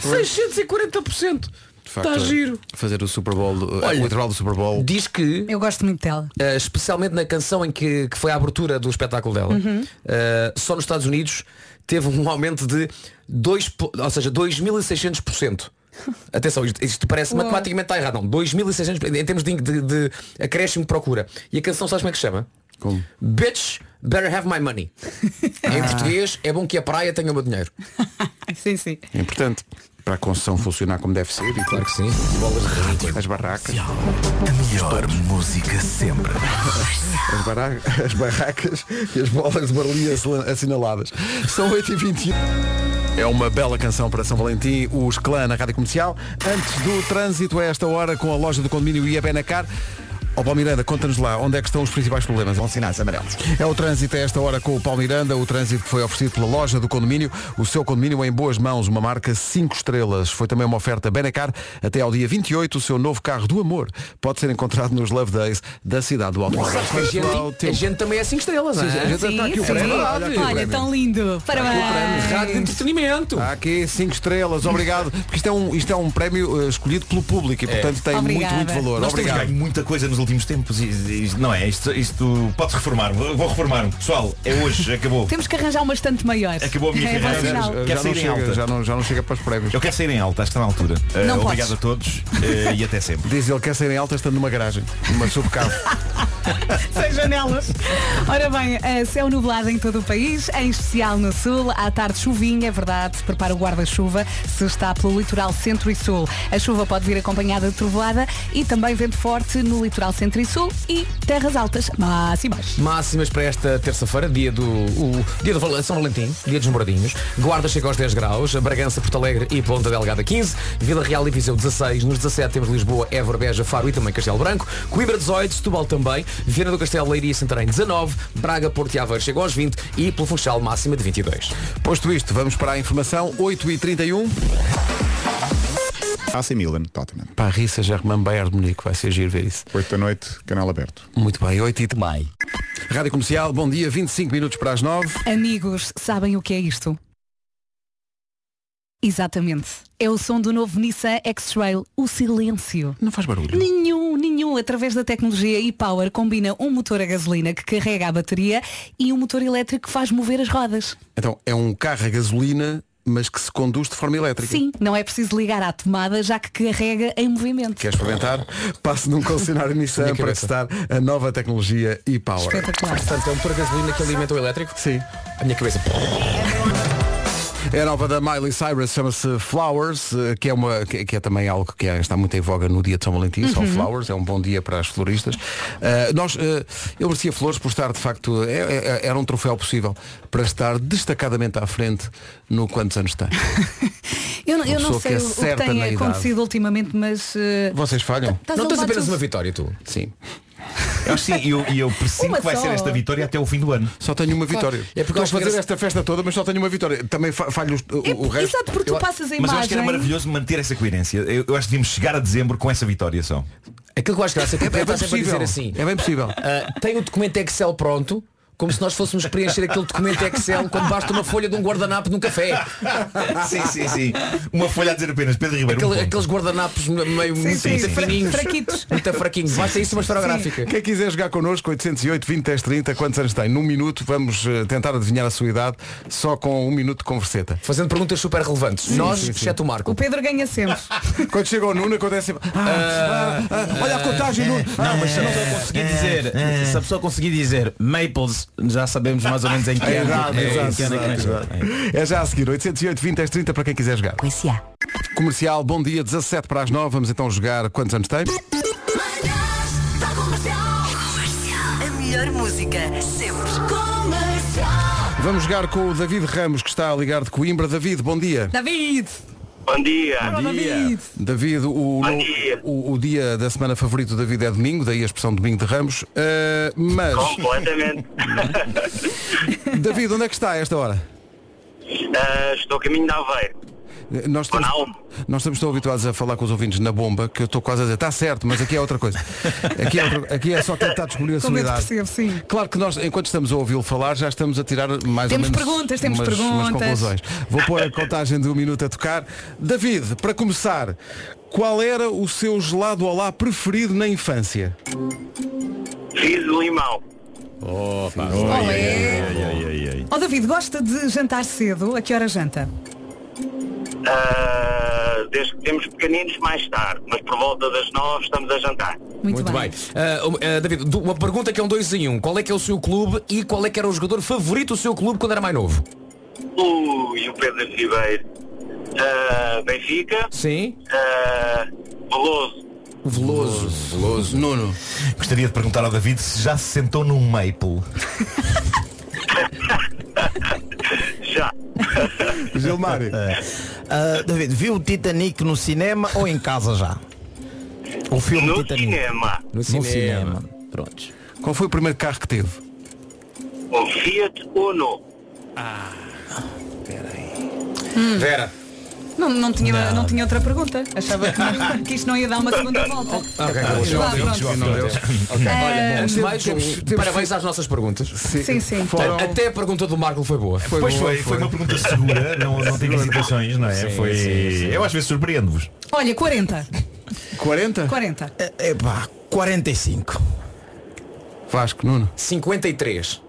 [SPEAKER 2] 640%! Está
[SPEAKER 1] Ah,
[SPEAKER 4] Tá
[SPEAKER 1] Facto,
[SPEAKER 2] Tá
[SPEAKER 1] é.
[SPEAKER 2] giro.
[SPEAKER 1] Fazer o Super Bowl, do-
[SPEAKER 2] Olha,
[SPEAKER 1] o intervalo do Super Bowl.
[SPEAKER 2] Diz que
[SPEAKER 4] Eu gosto muito dela.
[SPEAKER 2] Uh, especialmente na canção em que, que foi a abertura do espetáculo dela, uh, só nos Estados Unidos teve um aumento de 2, po- ou seja, 2600%. Atenção, isto, isto parece matematicamente está errado, não. 2600% em termos de, de, de acréscimo de procura. E a canção, sabes como é que se chama?
[SPEAKER 1] Como?
[SPEAKER 2] Bitch, better have my money. Em português, é bom que a praia tenha o meu dinheiro.
[SPEAKER 4] Sim, sim.
[SPEAKER 1] É importante para a construção funcionar como deve ser e
[SPEAKER 2] Claro que sim. Bolas de ranho.
[SPEAKER 1] as barracas.
[SPEAKER 8] Melhor música sempre.
[SPEAKER 1] As, barra- as barracas e as bolas de barlinha assin- assinaladas. São 8h21. É uma bela canção para São Valentim, os Clã na Rádio Comercial. Antes do trânsito a esta hora com a loja do condomínio e a Benacar. Ó Paulo Miranda, conta-nos lá onde é que estão os principais problemas.
[SPEAKER 3] Com sinais amarelos.
[SPEAKER 1] É o trânsito a esta hora com o Paulo Miranda, o trânsito que foi oferecido pela loja do condomínio, o seu condomínio em boas mãos, uma marca 5 estrelas. Foi também uma oferta Benacar até ao dia 28, o seu novo carro do amor pode ser encontrado nos Love Days da cidade do Automóvel.
[SPEAKER 2] Sabes que a
[SPEAKER 1] Quanto ao
[SPEAKER 2] gente, a
[SPEAKER 1] tempo-
[SPEAKER 2] gente também é 5 estrelas, não
[SPEAKER 1] Sim,
[SPEAKER 2] é?
[SPEAKER 1] sim. Está aqui o prémio. Olha aqui o
[SPEAKER 4] Olha,
[SPEAKER 1] prémio.
[SPEAKER 4] tão lindo. Parabéns.
[SPEAKER 2] Rádio de entretenimento.
[SPEAKER 1] Há Tá aqui 5 estrelas, obrigado. Porque isto é um, isto é um prémio eh, escolhido pelo
[SPEAKER 2] É.
[SPEAKER 1] público e portanto tem
[SPEAKER 4] Obrigada.
[SPEAKER 1] muito, muito valor.
[SPEAKER 9] Nós
[SPEAKER 1] obrigado.
[SPEAKER 9] temos ganho muita coisa nos últimos tempos. e- e Isto, não é? Isto, isto pode-se reformar. Vou vou reformar-me. Pessoal, é hoje. Acabou.
[SPEAKER 4] Temos que arranjar um bastante maior.
[SPEAKER 9] Acabou a minha
[SPEAKER 4] é, bom
[SPEAKER 9] carreira.
[SPEAKER 4] sinal.
[SPEAKER 9] Quer
[SPEAKER 1] já, não
[SPEAKER 9] sair em
[SPEAKER 1] chega,
[SPEAKER 9] alta?
[SPEAKER 1] já, não, já não chega para os prémios.
[SPEAKER 9] Eu quero sair em alta. Está na altura. Eh,
[SPEAKER 4] Não
[SPEAKER 9] obrigado
[SPEAKER 4] podes.
[SPEAKER 9] a todos eh, e até sempre.
[SPEAKER 1] Diz ele que quer sair em alta estando numa garagem, numa subcarro.
[SPEAKER 4] Sem janelas. Ora bem, eh, céu nublado em todo o país, em especial no sul. À tarde chuvinha, é verdade, se prepara o guarda-chuva se está pelo litoral centro e sul. A chuva pode vir acompanhada de trovoada e também vento forte no litoral centro e sul e terras altas, mas e mais.
[SPEAKER 2] Máximas para esta terça-feira, dia do o- dia do Val- São Valentim, dia dos Moradinhos. Guarda chega aos 10 graus, Bragança, Porto Alegre e Ponta Delgada 15, Vila Real e Viseu 16, nos 17 temos Lisboa, Évora, Beja, Faro e também Castelo Branco, Coimbra 18, Setúbal também, Viana do Castelo, Leiria e Santarém 19, Braga, Porto e Aveiro chega aos 20 e pelo Funchal máxima de 22.
[SPEAKER 1] Posto isto, vamos para a informação 8h31.
[SPEAKER 10] AC Milan, Tottenham.
[SPEAKER 1] Paris Saint-Germain, Bayern de Munique, vai ser giro ver isso.
[SPEAKER 10] 8 da noite, canal aberto.
[SPEAKER 1] Muito bem, 8 e de maio. Rádio Comercial, bom dia, 25 minutos para as 9.
[SPEAKER 4] Amigos, sabem o que é isto? Exatamente. É o som do novo Nissan X-Trail, o silêncio.
[SPEAKER 1] Não faz barulho.
[SPEAKER 4] Nenhum, nenhum. Através da tecnologia e-Power combina um motor a gasolina que carrega a bateria e um motor elétrico que faz mover as rodas.
[SPEAKER 1] Então, é um carro a gasolina, mas que se conduz de forma elétrica.
[SPEAKER 4] Sim, não é preciso ligar à tomada já que carrega em movimento.
[SPEAKER 1] Queres experimentar? Passe num concessionário Nissan
[SPEAKER 2] Minha
[SPEAKER 1] para
[SPEAKER 2] cabeça.
[SPEAKER 1] testar a nova tecnologia e power.
[SPEAKER 4] Espetacular.
[SPEAKER 2] Portanto, é um motor a gasolina que alimenta o elétrico.
[SPEAKER 1] Sim.
[SPEAKER 2] A minha cabeça.
[SPEAKER 1] É a nova da Miley Cyrus, chama-se Flowers, eh, que é, uma, que, que é também algo que é- está muito em voga no dia de São Valentim,
[SPEAKER 4] Uhum.
[SPEAKER 1] são flowers, é um bom dia para as floristas. Eh, nós, eh, eu merecia flores por estar, de facto, é- é- é- era um troféu possível para estar destacadamente à frente no quantos anos tem.
[SPEAKER 4] Eu, não- eu
[SPEAKER 1] Uma
[SPEAKER 4] não
[SPEAKER 1] pessoa que
[SPEAKER 4] sei
[SPEAKER 1] é
[SPEAKER 4] o- o que
[SPEAKER 1] certa
[SPEAKER 4] tem
[SPEAKER 1] na idade.
[SPEAKER 4] acontecido ultimamente, mas. eh,
[SPEAKER 1] Vocês falham?
[SPEAKER 4] estás
[SPEAKER 2] Não
[SPEAKER 4] a
[SPEAKER 2] tens
[SPEAKER 4] levar
[SPEAKER 2] apenas
[SPEAKER 4] tudo-
[SPEAKER 2] uma vitória, tu.
[SPEAKER 1] Sim.
[SPEAKER 9] Eu, sim, e eu, e eu percebo
[SPEAKER 4] Uma
[SPEAKER 9] que vai
[SPEAKER 4] só.
[SPEAKER 9] ser esta vitória até o fim do ano.
[SPEAKER 1] Só tenho uma vitória.
[SPEAKER 2] É porque
[SPEAKER 1] Estou a
[SPEAKER 2] eu acho que
[SPEAKER 1] fazer
[SPEAKER 2] era-
[SPEAKER 1] esta festa toda, mas só tenho uma vitória. Também fa- falho os- o, o
[SPEAKER 4] É,
[SPEAKER 1] resto.
[SPEAKER 4] Exato, porque tu passas a
[SPEAKER 9] Mas eu acho que era
[SPEAKER 4] imagem.
[SPEAKER 9] maravilhoso manter essa coerência. Eu, eu acho que devíamos chegar a dezembro com essa vitória só.
[SPEAKER 2] Aquilo que eu acho graça é que
[SPEAKER 1] É,
[SPEAKER 2] é,
[SPEAKER 1] bem
[SPEAKER 2] sempre a
[SPEAKER 1] possível.
[SPEAKER 2] dizer assim.
[SPEAKER 1] É bem possível.
[SPEAKER 2] Ah, tem o documento Excel pronto, como se nós fôssemos preencher aquele documento Excel quando basta uma folha de um guardanapo de um café.
[SPEAKER 9] sim, sim, sim. Uma folha a dizer apenas Pedro Ribeiro.
[SPEAKER 2] Aquele-
[SPEAKER 9] um ponto.
[SPEAKER 2] aqueles guardanapos me- meio muito,
[SPEAKER 9] sim,
[SPEAKER 2] muito
[SPEAKER 9] sim.
[SPEAKER 2] fininhos.
[SPEAKER 4] Fraquitos.
[SPEAKER 2] Muito fraquinhos. Basta isso uma esferográfica.
[SPEAKER 1] Quem quiser jogar connosco, 808 20 10 30, quantos anos tem? Num minuto vamos eh, tentar adivinhar a sua idade só com um minuto de converseta.
[SPEAKER 2] Fazendo perguntas super relevantes. nós, exceto o Marco.
[SPEAKER 4] O Pedro ganha sempre.
[SPEAKER 1] Quando chega o Nuno acontece sempre, "Ah, ah, ah, olha a contagem, Nuno. Ah, mas
[SPEAKER 11] Se eu conseguir dizer, se a pessoa conseguir dizer Maples, já sabemos mais ou menos em que
[SPEAKER 1] É
[SPEAKER 11] ano-
[SPEAKER 1] verdade,
[SPEAKER 11] em
[SPEAKER 1] exato,
[SPEAKER 11] que ano é que
[SPEAKER 1] exato,
[SPEAKER 11] nasceu.
[SPEAKER 1] É já a seguir, 808 20 10 30 para quem quiser jogar. Comercial, bom dia, 17 para as 9, vamos então jogar quantos anos tem?
[SPEAKER 7] Manhãs da Comercial. Comercial. A melhor música sempre. Comercial.
[SPEAKER 1] Vamos jogar com o David Ramos, que está a ligar de Coimbra. David, bom dia.
[SPEAKER 4] David!
[SPEAKER 11] Bom dia.
[SPEAKER 4] David!
[SPEAKER 1] David, o, no-
[SPEAKER 11] dia.
[SPEAKER 1] o, o dia da semana favorito do David é domingo, daí a expressão domingo de Ramos. Eh, mas,
[SPEAKER 11] Completamente.
[SPEAKER 1] David, onde é que está a esta hora?
[SPEAKER 11] Ah, estou a caminho da Aveiro.
[SPEAKER 1] Eh, Nós estamos,
[SPEAKER 11] Ronaldo.
[SPEAKER 1] nós estamos tão habituados a falar com os ouvintes na bomba que eu estou quase a dizer, está certo, mas aqui é outra coisa. Aqui é, outra- aqui é só tentar descobrir a
[SPEAKER 4] Como eu
[SPEAKER 1] sua
[SPEAKER 4] te
[SPEAKER 1] idade.
[SPEAKER 4] percebo, sim.
[SPEAKER 1] Claro que nós, enquanto estamos a ouvi-lo falar, já estamos a tirar mais
[SPEAKER 4] Temos
[SPEAKER 1] ou menos
[SPEAKER 4] perguntas, temos
[SPEAKER 1] umas, umas
[SPEAKER 4] perguntas.
[SPEAKER 1] conclusões. Vou pôr a contagem de um minuto a tocar. David, para começar, qual era o seu gelado olá preferido na infância?
[SPEAKER 11] Fiz de limão.
[SPEAKER 4] Olé! Ó David, gosta de jantar cedo? A que hora janta?
[SPEAKER 11] Ah, desde que temos pequeninos mais tarde, mas por volta das nove estamos a jantar.
[SPEAKER 4] Muito,
[SPEAKER 2] Muito bem. Ah, um, ah, David, du- uma pergunta que é um dois em um. Qual é que é o seu clube e qual é que era o jogador favorito do seu clube quando era mais novo?
[SPEAKER 11] Ui, o Pedro Ribeiro. Ah, Benfica.
[SPEAKER 2] Sim.
[SPEAKER 11] Ah, Veloso.
[SPEAKER 2] Veloso. Veloso. Nuno.
[SPEAKER 9] Gostaria de perguntar ao David se já se sentou num maple.
[SPEAKER 11] Já.
[SPEAKER 1] Gilmário.
[SPEAKER 11] David, viu o Titanic no cinema ou em casa já? O filme
[SPEAKER 12] No
[SPEAKER 11] Titanic.
[SPEAKER 12] cinema.
[SPEAKER 11] No cinema. Prontos.
[SPEAKER 1] Qual foi o primeiro carro que teve?
[SPEAKER 12] Um Fiat Uno.
[SPEAKER 2] Vera.
[SPEAKER 4] Não, não, tinha, não. tinha outra pergunta. Achava que, não- que isto não ia dar uma segunda volta. Vá, pronto.
[SPEAKER 2] Ok.
[SPEAKER 4] Ah,
[SPEAKER 2] Olha, antes de mais,
[SPEAKER 1] temos-
[SPEAKER 2] um
[SPEAKER 1] temos-
[SPEAKER 2] parabéns às nossas perguntas.
[SPEAKER 4] Sim, sim. Foram-
[SPEAKER 2] Até a pergunta do Marco foi boa.
[SPEAKER 9] Foi pois foi, foi, uma pergunta segura, não, não tive hesitações, não é?
[SPEAKER 2] Sim,
[SPEAKER 9] foi.
[SPEAKER 2] sim, sim.
[SPEAKER 9] Eu às vezes surpreendo-vos.
[SPEAKER 4] Olha, 40.
[SPEAKER 1] 40?
[SPEAKER 4] 40.
[SPEAKER 11] Epá, 45.
[SPEAKER 1] Vasco, Nuno.
[SPEAKER 2] 53.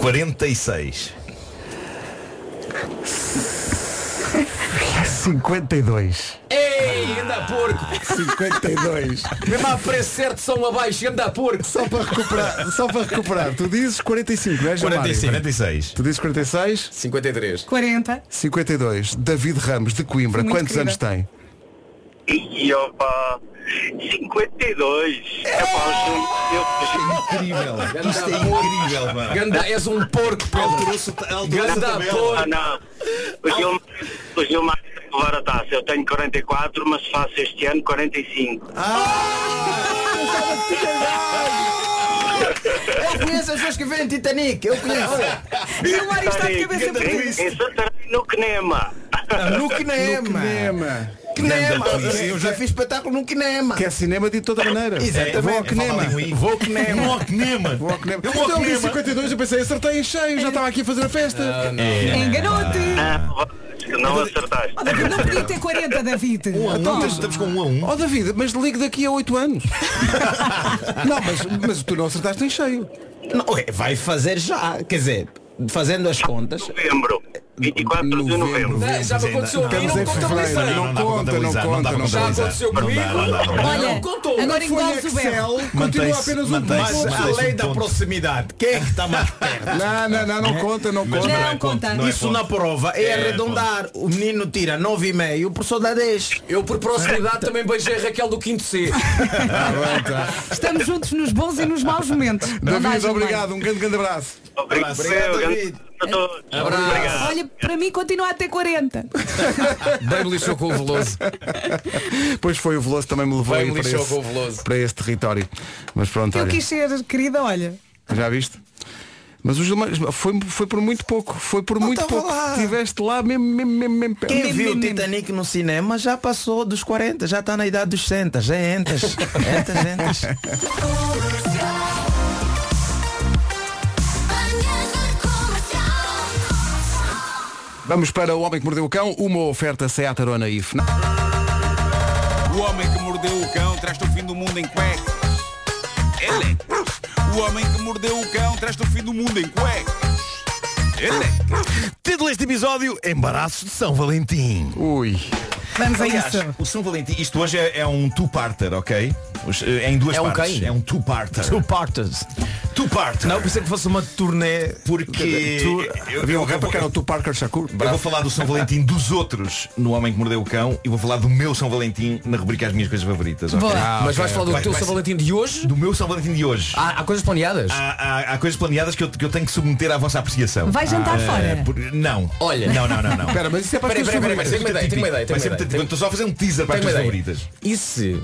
[SPEAKER 9] 46.
[SPEAKER 1] 52.
[SPEAKER 2] Ei, anda porco!
[SPEAKER 1] 52.
[SPEAKER 2] Mesmo a preço certo, são abaixo, anda porco!
[SPEAKER 1] Só para recuperar, só para recuperar. Tu dizes 45, não é, Gilmário?
[SPEAKER 9] 45. 46.
[SPEAKER 1] Tu dizes 46?
[SPEAKER 2] 53.
[SPEAKER 4] 40.
[SPEAKER 1] 52. David Ramos, de Coimbra.
[SPEAKER 4] Muito
[SPEAKER 1] Quantos
[SPEAKER 4] querida.
[SPEAKER 1] anos tem?
[SPEAKER 12] E opa, 52. É pá,
[SPEAKER 9] eu Incrível.
[SPEAKER 2] Isto
[SPEAKER 9] é incrível, mano.
[SPEAKER 2] Ganda, és um porco,
[SPEAKER 9] Alterou-se-
[SPEAKER 2] Pedro.
[SPEAKER 9] alterou-se a
[SPEAKER 2] Ganda
[SPEAKER 9] tabela.
[SPEAKER 12] Ah,
[SPEAKER 2] porco.
[SPEAKER 12] não. O Gilmar, o Gilmar tem que levar a taça. Eu tenho 44, mas faço este ano 45.
[SPEAKER 11] Eu conheço as pessoas que vêem Titanic. Eu conheço.
[SPEAKER 4] Gilmar está de cabeça para
[SPEAKER 12] Em
[SPEAKER 4] trás.
[SPEAKER 12] em Santarém, no Quenema.
[SPEAKER 11] No Kinema.
[SPEAKER 1] Kinema.
[SPEAKER 11] Kinema.
[SPEAKER 9] Ganda polícia.
[SPEAKER 11] Eu já fiz espetáculo no Kinema.
[SPEAKER 1] Que é cinema de toda maneira.
[SPEAKER 9] É,
[SPEAKER 11] Exatamente.
[SPEAKER 1] Vou ao Kinema.
[SPEAKER 11] Vou ao Kinema.
[SPEAKER 9] Vou ao Kinema.
[SPEAKER 1] Vou ao Kinema.
[SPEAKER 9] um Eu vou ao
[SPEAKER 1] Então,
[SPEAKER 9] Kinema.
[SPEAKER 1] disse 52, eu pensei, acertei em cheio, já estava aqui a fazer a festa.
[SPEAKER 9] É.
[SPEAKER 4] Enganou-te.
[SPEAKER 12] Ah, acho que não acertaste.
[SPEAKER 4] Oh, David, não podia ter 40, David.
[SPEAKER 9] Então, mas estamos com um a um.
[SPEAKER 1] Ó Oh, David, mas ligo daqui a 8 anos. não, mas, mas tu não acertaste em cheio.
[SPEAKER 11] Não, é, vai fazer já. Quer dizer, fazendo as contas.
[SPEAKER 12] É Novembro. 24 de
[SPEAKER 1] Novembro.
[SPEAKER 12] novembro.
[SPEAKER 2] Já me aconteceu a mim,
[SPEAKER 1] Estamos em
[SPEAKER 2] Então, é não
[SPEAKER 1] fevereiro.
[SPEAKER 2] conta mais.
[SPEAKER 1] Não conta, não conta, não
[SPEAKER 2] Já aconteceu comigo.
[SPEAKER 4] Olha,
[SPEAKER 2] contou.
[SPEAKER 4] agora
[SPEAKER 1] Foi
[SPEAKER 4] engoles o verbo.
[SPEAKER 1] Excel, continua apenas um
[SPEAKER 9] mantém-se,
[SPEAKER 1] ponto.
[SPEAKER 9] mantém-se.
[SPEAKER 11] A lei da
[SPEAKER 9] ponto.
[SPEAKER 11] proximidade. Quem é que está mais perto?
[SPEAKER 1] Não, não, não, não conta, não
[SPEAKER 9] Mas
[SPEAKER 1] conta.
[SPEAKER 4] Não,
[SPEAKER 9] é ponto,
[SPEAKER 4] conta.
[SPEAKER 9] é
[SPEAKER 11] Isso
[SPEAKER 9] ponto.
[SPEAKER 11] na prova é,
[SPEAKER 9] É,
[SPEAKER 11] arredondar. O menino tira 9,5 e o professor dá 10.
[SPEAKER 2] Eu por proximidade também beijei a Raquel do 5 C.
[SPEAKER 4] Estamos juntos nos bons e nos maus momentos. Não dá,
[SPEAKER 1] David,
[SPEAKER 4] Gilmar.
[SPEAKER 1] obrigado, um grande, grande abraço.
[SPEAKER 12] Obrigado,
[SPEAKER 9] Obrigado,
[SPEAKER 12] grande
[SPEAKER 9] David.
[SPEAKER 12] a todos.
[SPEAKER 2] Abraço.
[SPEAKER 12] Obrigado.
[SPEAKER 4] Olha, para mim continua a ter 40.
[SPEAKER 2] Bem me lixou com o Veloso.
[SPEAKER 1] Pois foi o Veloso também me levou
[SPEAKER 2] Bem
[SPEAKER 9] um
[SPEAKER 1] aí
[SPEAKER 2] me
[SPEAKER 1] para
[SPEAKER 2] lixou com o
[SPEAKER 1] esse,
[SPEAKER 2] Veloso.
[SPEAKER 1] para esse território. Mas pronto,
[SPEAKER 4] Eu
[SPEAKER 1] olha,
[SPEAKER 4] quis ser querida, olha.
[SPEAKER 1] já viste? Mas o Gilmar foi, foi por muito pouco, foi por muito
[SPEAKER 11] estava
[SPEAKER 1] pouco.
[SPEAKER 11] lá.
[SPEAKER 1] Estiveste lá mesmo, mesmo, mesmo, mesmo perto.
[SPEAKER 11] Quem
[SPEAKER 4] Mim,
[SPEAKER 11] viu
[SPEAKER 4] mim, mim.
[SPEAKER 11] Titanic no cinema já passou dos 40, já está na idade dos 100, já entas, entas, entas.
[SPEAKER 7] Manhãs da comercial.
[SPEAKER 1] Vamos para O Homem que Mordeu o Cão, uma oferta Seat Arona e FNAC.
[SPEAKER 13] O homem que mordeu o cão traz-te o fim do mundo em cueca. Electros. O homem que mordeu o cão traz-te o fim do mundo em cueca. Electros.
[SPEAKER 9] é. Título deste episódio, Embaraço de São Valentim.
[SPEAKER 1] Ui,
[SPEAKER 4] Vamos a
[SPEAKER 9] Aliás,
[SPEAKER 4] isso.
[SPEAKER 9] o São Valentim, isto hoje é, é um two-parter, ok? Os- É em duas
[SPEAKER 11] É um
[SPEAKER 9] partes.
[SPEAKER 11] quem?
[SPEAKER 9] É um two-parter.
[SPEAKER 11] Two parters.
[SPEAKER 9] Two-parter.
[SPEAKER 11] Não, pensei que fosse uma turnê.
[SPEAKER 9] Porque
[SPEAKER 11] Tu-
[SPEAKER 9] eu-
[SPEAKER 1] havia um
[SPEAKER 9] eu-
[SPEAKER 1] rapper
[SPEAKER 9] eu-
[SPEAKER 1] que era o Tu Parker Shakur.
[SPEAKER 9] Eu vou falar do São Valentim dos outros no Homem que Mordeu o Cão e vou falar do meu São Valentim na rubrica As Minhas Coisas Favoritas. Ah, ok?
[SPEAKER 4] Boa.
[SPEAKER 2] Mas vais falar do
[SPEAKER 9] Vai-
[SPEAKER 2] teu
[SPEAKER 9] vai-
[SPEAKER 2] São Valentim Ah. de hoje?
[SPEAKER 9] Do meu São Valentim de hoje.
[SPEAKER 2] Há, há coisas planeadas?
[SPEAKER 9] Há, há- há coisas planeadas que eu, que eu tenho que submeter à vossa apreciação.
[SPEAKER 4] Vai jantar
[SPEAKER 9] Ah,
[SPEAKER 4] fora.
[SPEAKER 9] por- não.
[SPEAKER 2] Olha.
[SPEAKER 9] Não, não, não, não.
[SPEAKER 1] Espera, mas isso é para as
[SPEAKER 2] Peraí,
[SPEAKER 1] tuas
[SPEAKER 2] peraí, peraí,
[SPEAKER 1] favoritas.
[SPEAKER 2] peraí, tenho uma ideia, tenho uma ideia,
[SPEAKER 9] Vai
[SPEAKER 2] tenho uma
[SPEAKER 9] ser muito
[SPEAKER 2] ideia.
[SPEAKER 9] típico. Estou só a fazer um teaser para as
[SPEAKER 2] Tenho uma
[SPEAKER 9] tuas
[SPEAKER 2] ideia.
[SPEAKER 9] favoritas.
[SPEAKER 2] E se...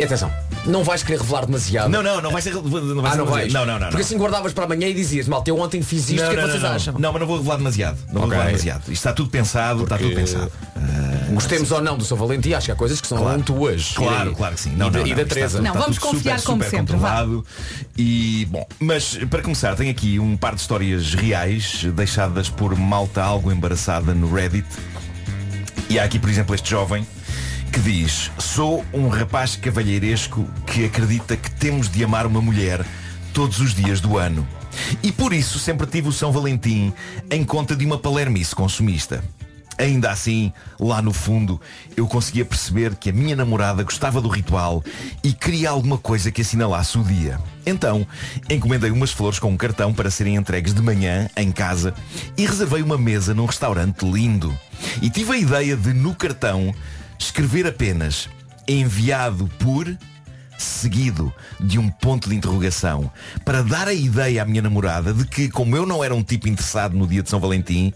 [SPEAKER 2] Atenção, não vais querer revelar demasiado.
[SPEAKER 9] Não, não, não vai ser. Não, vai
[SPEAKER 2] Ah,
[SPEAKER 9] ser
[SPEAKER 2] não
[SPEAKER 9] demasiado.
[SPEAKER 2] vais?
[SPEAKER 9] Não, não, não.
[SPEAKER 2] Porque
[SPEAKER 9] não.
[SPEAKER 2] assim guardavas para amanhã e dizias, malta, eu ontem fiz isto, o que é que vocês
[SPEAKER 9] não,
[SPEAKER 2] acham?
[SPEAKER 9] não, mas não vou revelar demasiado. Não vou
[SPEAKER 2] Ok.
[SPEAKER 9] revelar demasiado. Isto está tudo pensado, está tudo pensado. Ah,
[SPEAKER 2] Gostemos ou não do São Valentim, acho que há coisas que são muito hoje.
[SPEAKER 9] Claro, claro que sim. Não,
[SPEAKER 2] e da,
[SPEAKER 9] não,
[SPEAKER 2] e
[SPEAKER 9] não.
[SPEAKER 2] da
[SPEAKER 9] Está
[SPEAKER 2] Teresa.
[SPEAKER 9] tudo-
[SPEAKER 4] Não,
[SPEAKER 9] está
[SPEAKER 4] vamos
[SPEAKER 9] tudo
[SPEAKER 4] confiar
[SPEAKER 9] super,
[SPEAKER 4] como
[SPEAKER 9] super
[SPEAKER 4] sempre, vá.
[SPEAKER 9] controlado. E bom, mas para começar, tenho aqui um par de histórias reais deixadas por malta algo embaraçada no Reddit. E há aqui, por exemplo, este jovem que diz Sou um rapaz cavalheiresco que acredita que temos de amar uma mulher todos os dias do ano. E por isso sempre tive o São Valentim em conta de uma palermice consumista. Ainda assim, lá no fundo, eu conseguia perceber que a minha namorada gostava do ritual e queria alguma coisa que assinalasse o dia. Então, encomendei umas flores com um cartão para serem entregues de manhã, em casa, e reservei uma mesa num restaurante lindo. E tive a ideia de, no cartão, escrever apenas enviado por seguido de um ponto de interrogação para dar a ideia à minha namorada de que, como eu não era um tipo interessado no dia de São Valentim,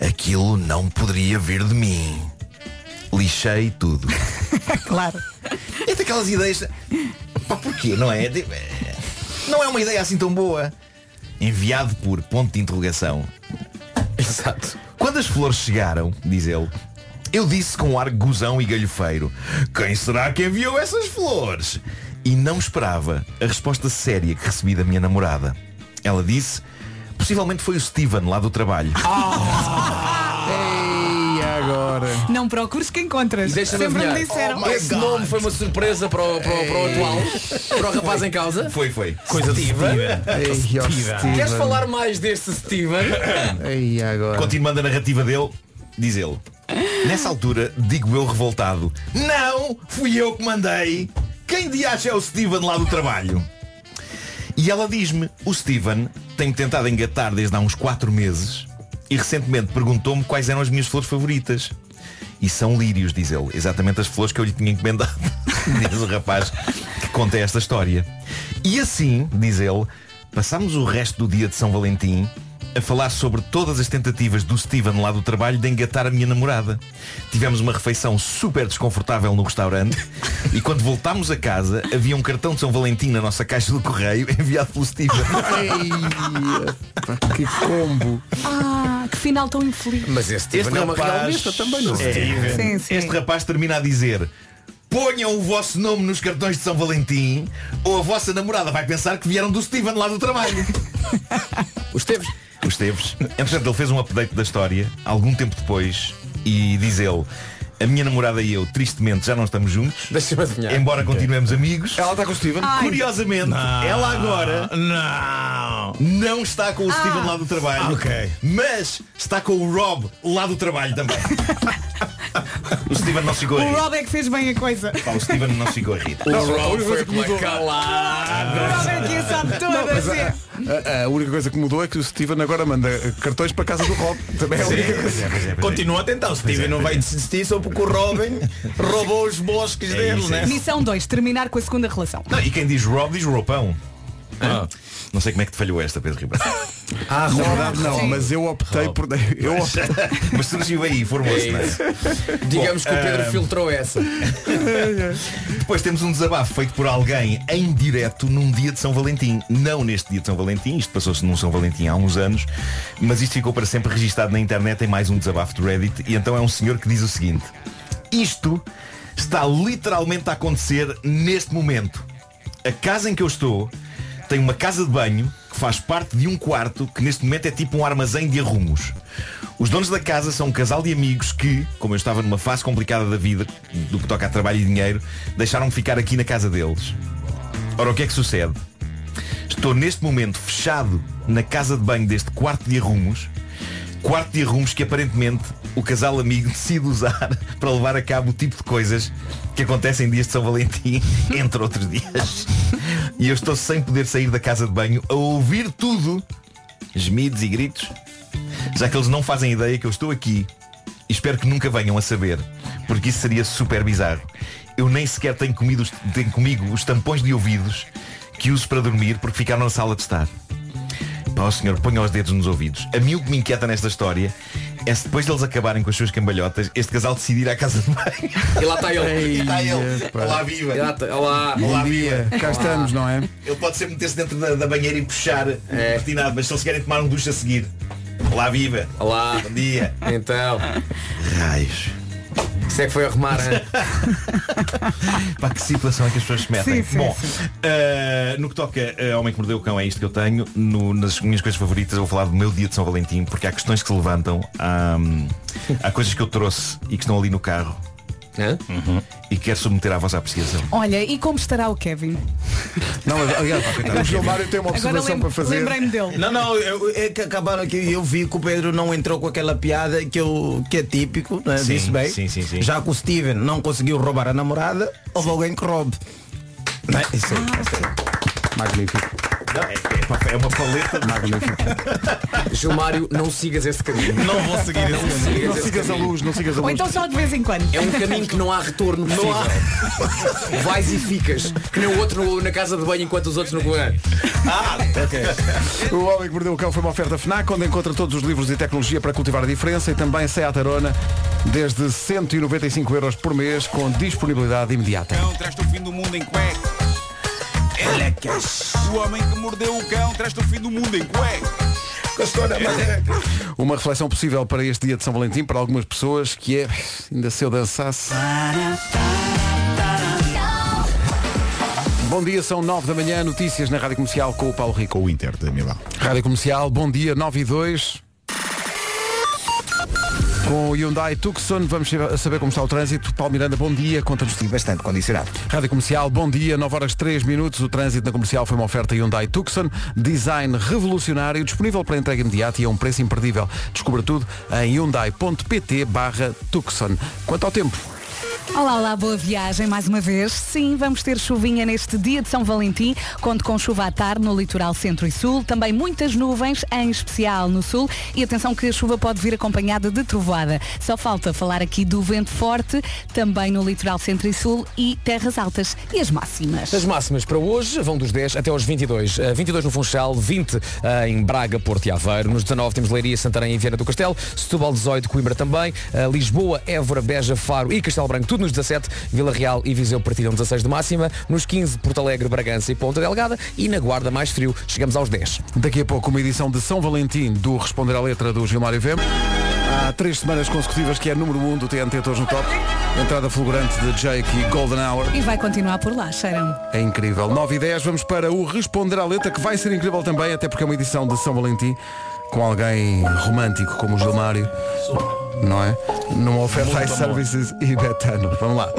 [SPEAKER 9] aquilo não poderia vir de mim. lixei tudo.
[SPEAKER 4] claro.
[SPEAKER 9] É daquelas ideias. Pá, porquê, não é? Tipo, é- Não é uma ideia assim tão boa. Enviado por ponto de interrogação. Exato. Quando as flores chegaram, diz ele, eu disse com ar gozão e galhofeiro, quem será que enviou essas flores? E não esperava a resposta séria que recebi da minha namorada. Ela disse, possivelmente foi o Steven lá do trabalho.
[SPEAKER 4] Ei,
[SPEAKER 1] agora.
[SPEAKER 4] Não procures que encontras.
[SPEAKER 2] Deixa-me
[SPEAKER 4] Sempre me
[SPEAKER 2] adivinhar.
[SPEAKER 4] disseram.
[SPEAKER 9] Oh,
[SPEAKER 2] Esse nome foi uma surpresa para o, para o- para o atual, para o rapaz em causa.
[SPEAKER 9] Foi, foi.
[SPEAKER 2] Coisa de Steven.
[SPEAKER 1] Ei, ó, Steven.
[SPEAKER 2] Queres falar mais deste Steven?
[SPEAKER 1] Ei, agora.
[SPEAKER 9] Continuando a narrativa dele, diz ele. Nessa altura, digo eu revoltado. Não, fui eu que mandei. Quem de acha é o Steven lá do trabalho? E ela diz-me, o Steven tem tentado engatar desde há uns 4 meses e recentemente perguntou-me quais eram as minhas flores favoritas. E são lírios, diz ele, exatamente as flores que eu lhe tinha encomendado, diz o rapaz que conta esta história. E assim, diz ele, passámos o resto do dia de São Valentim a falar sobre todas as tentativas do Steven lá do trabalho de engatar a minha namorada. Tivemos uma refeição super desconfortável no restaurante e quando voltámos a casa havia um cartão de São Valentim na nossa caixa do correio enviado pelo Steven.
[SPEAKER 1] que combo!
[SPEAKER 4] Ah, que final tão infeliz.
[SPEAKER 9] Mas
[SPEAKER 4] Steven é
[SPEAKER 1] um
[SPEAKER 4] uma realista também, não é? Sim, sim.
[SPEAKER 9] Este rapaz termina a dizer Ponham o vosso nome nos cartões de São Valentim ou a vossa namorada vai pensar que vieram do Steven lá do trabalho.
[SPEAKER 2] Os Teves.
[SPEAKER 9] Os Teves. Entretanto, ele fez um update da história algum tempo depois e diz ele a minha namorada e eu, tristemente, já não estamos juntos. Embora continuemos amigos.
[SPEAKER 1] tá
[SPEAKER 9] Ela está com o Steven.
[SPEAKER 13] Ai.
[SPEAKER 9] Curiosamente,
[SPEAKER 13] Não.
[SPEAKER 9] ela agora não. não está com o Steven lá do trabalho.
[SPEAKER 13] Ah, Ok.
[SPEAKER 9] Mas está com o Rob lá do trabalho também. o Steven não ficou a
[SPEAKER 4] O
[SPEAKER 9] rir.
[SPEAKER 4] Rob é que fez bem a coisa.
[SPEAKER 9] Pá, o Steven não ficou a rir.
[SPEAKER 1] O Não, Rob a única coisa foi é que tá mudou- uma
[SPEAKER 4] é
[SPEAKER 1] Não, mas
[SPEAKER 4] assim.
[SPEAKER 1] ah, a, a- a única coisa que mudou é que o Steven agora manda cartões para a casa do Rob. Também é a
[SPEAKER 13] Pois é,
[SPEAKER 1] única
[SPEAKER 13] pois é, pois
[SPEAKER 1] coisa.
[SPEAKER 13] é, pois é. Continua a tentar, o Steven não
[SPEAKER 9] é.
[SPEAKER 13] vai desistir só porque o Robin roubou os bosques dele, né?
[SPEAKER 9] é
[SPEAKER 4] Missão 2, terminar com a segunda relação.
[SPEAKER 9] Não, e quem diz Rob diz roupão.
[SPEAKER 13] Ah.
[SPEAKER 9] Hã? Não sei como é que te falhou esta, Pedro Ribeiro.
[SPEAKER 1] Ah,
[SPEAKER 9] Rob.
[SPEAKER 1] não, não,
[SPEAKER 9] Sim.
[SPEAKER 1] mas eu optei por. Eu
[SPEAKER 9] Mas,
[SPEAKER 1] optei.
[SPEAKER 9] mas surgiu aí, formou-se, não é?
[SPEAKER 2] Digamos
[SPEAKER 9] Bom,
[SPEAKER 2] que o Pedro
[SPEAKER 9] ahm,
[SPEAKER 2] filtrou essa.
[SPEAKER 9] Depois temos um desabafo feito por alguém em direto num dia de São Valentim. Não neste dia de São Valentim, isto passou-se num São Valentim há uns anos, mas isto ficou para sempre registado na internet em mais um desabafo do Reddit. E então é um senhor que diz o seguinte: Isto está literalmente a acontecer neste momento. A casa em que eu estou tem uma casa de banho que faz parte de um quarto que neste momento é tipo um armazém de arrumos. Os donos da casa são um casal de amigos que, como eu estava numa fase complicada da vida, do que toca a trabalho e dinheiro, deixaram-me ficar aqui na casa deles. Ora, o que é que sucede? Estou neste momento fechado na casa de banho deste quarto de arrumos, quarto de arrumos que aparentemente o casal amigo decide usar para levar a cabo o tipo de coisas que acontecem em dias de São Valentim, entre outros dias. E eu estou sem poder sair da casa de banho a ouvir tudo, gemidos e gritos, já que eles não fazem ideia que eu estou aqui e espero que nunca venham a saber, porque isso seria super bizarro. Eu nem sequer tenho, comido os- tenho comigo os tampões de ouvidos que uso para dormir porque ficaram na sala de estar. Pá, ó senhor, ponha os dedos nos ouvidos. A mim o que me inquieta nesta história é se depois deles acabarem com as suas cambalhotas, este casal decidir ir à casa de banho.
[SPEAKER 2] E lá está ele.
[SPEAKER 9] E lá está ele. Olá, viva.
[SPEAKER 2] E lá está- Olá.
[SPEAKER 9] Olá, viva.
[SPEAKER 2] Olá.
[SPEAKER 1] não é?
[SPEAKER 9] Ele pode sempre meter-se dentro da, da banheira e puxar é. o cortinado, mas se eles querem tomar um ducho a seguir. Olá, viva.
[SPEAKER 2] Olá.
[SPEAKER 9] Bom dia.
[SPEAKER 2] Então.
[SPEAKER 9] Raios.
[SPEAKER 2] Isso é que foi arrumar, hein?
[SPEAKER 9] Pá, que situação é que as pessoas se metem.
[SPEAKER 2] Sim, sim,
[SPEAKER 9] Bom,
[SPEAKER 2] sim.
[SPEAKER 9] uh, no que toca a Homem que Mordeu o Cão é isto que eu tenho. No- nas minhas coisas favoritas eu vou falar do meu dia de São Valentim, porque há questões que se levantam, há, hum, há coisas que eu trouxe e que estão ali no carro. Uhum. E quero submeter à vossa apreciação.
[SPEAKER 4] Olha, e como estará o Kevin?
[SPEAKER 1] Não, mas aliás,
[SPEAKER 4] o Gilmário tem uma Agora observação lem- para fazer. lembrei-me dele.
[SPEAKER 11] Não, não, eu- é que acabaram aqui. Eu vi que o Pedro não entrou com aquela piada que, eu, que é típico, né?
[SPEAKER 9] Sim,
[SPEAKER 11] disse bem.
[SPEAKER 9] sim, sim, sim.
[SPEAKER 11] Já que o Steven não conseguiu roubar a
[SPEAKER 4] Ah,
[SPEAKER 11] namorada, houve alguém que roube. Não é? Isso aí.
[SPEAKER 1] Magnífico.
[SPEAKER 9] é, uma paleta de
[SPEAKER 2] Gilmário, não sigas esse caminho.
[SPEAKER 9] Não vou seguir
[SPEAKER 2] Não
[SPEAKER 9] esse
[SPEAKER 2] sigas,
[SPEAKER 9] caminho.
[SPEAKER 2] esse
[SPEAKER 9] Não sigas a
[SPEAKER 2] caminho.
[SPEAKER 9] luz, não sigas
[SPEAKER 4] Ou então só de vez em quando.
[SPEAKER 2] É um caminho que não há retorno possível. Vais e ficas, que nem o outro no- na casa de banho enquanto os outros no governo.
[SPEAKER 9] Ah,
[SPEAKER 1] O Homem que Mordeu o Cão foi uma oferta FNAC, onde encontra todos os livros e tecnologia para cultivar a diferença e também Seat Arona, desde 195 euros por mês, com disponibilidade imediata.
[SPEAKER 13] cão traz-te o fim do mundo em é cueca. Elecas. O homem que mordeu o cão traz-te o fim do mundo em cueca.
[SPEAKER 1] Uma reflexão possível para este dia de São Valentim, para algumas pessoas, que é, ainda se eu dançasse... Bom dia, são 9 da manhã, notícias na Rádio Comercial com o Paulo Rico. O Inter de Milão. Rádio Comercial, bom dia, 9 e 2. Com o Hyundai Tucson, vamos saber como está o trânsito. Paulo Miranda, bom dia, conta-nos.
[SPEAKER 3] Bastante condicionado.
[SPEAKER 1] Rádio Comercial, bom dia, 9 horas 3 minutos. O trânsito na comercial foi uma oferta Hyundai Tucson, design revolucionário, disponível para entrega imediata e a um preço imperdível. Descubra tudo em hyundai.pt barra Tucson. Quanto ao tempo,
[SPEAKER 4] Olá, olá, boa viagem mais uma vez. Sim, vamos ter chuvinha neste dia de São Valentim. Conto com chuva à tarde no litoral centro e sul. Também muitas nuvens, em especial no sul. E atenção que a chuva pode vir acompanhada de trovoada. Só falta falar aqui do vento forte, também no litoral centro e sul e terras altas. E as máximas?
[SPEAKER 2] As máximas para hoje vão dos 10 até aos 22. Eh, 22 no Funchal, 20 eh, em Braga, Porto e Aveiro. Nos 19 temos Leiria, Santarém e Viana do Castelo. Setúbal 18, Coimbra também. Eh, Lisboa, Évora, Beja, Faro e Castelo Branco, tudo nos 17. Vila Real e Viseu partilham 16 de máxima. Nos 15, Porto Alegre, Bragança e Ponta Delgada. E na Guarda, mais frio, chegamos aos 10.
[SPEAKER 1] daqui a pouco uma edição de São Valentim do Responder à Letra do Gilmário Vem. Há três semanas consecutivas que é número 1 um do TNT Todos no Top. Entrada fulgurante de Jake e Golden Hour.
[SPEAKER 4] E vai continuar por lá, cheirão.
[SPEAKER 1] É incrível. 9 e 10, vamos para o Responder à Letra, que vai ser incrível também, até porque é uma edição de São Valentim, com alguém romântico como o Gilmário. Não é? Numa oferta
[SPEAKER 9] Muito
[SPEAKER 1] iServices
[SPEAKER 9] amor.
[SPEAKER 1] Services e Betano. Vamos lá.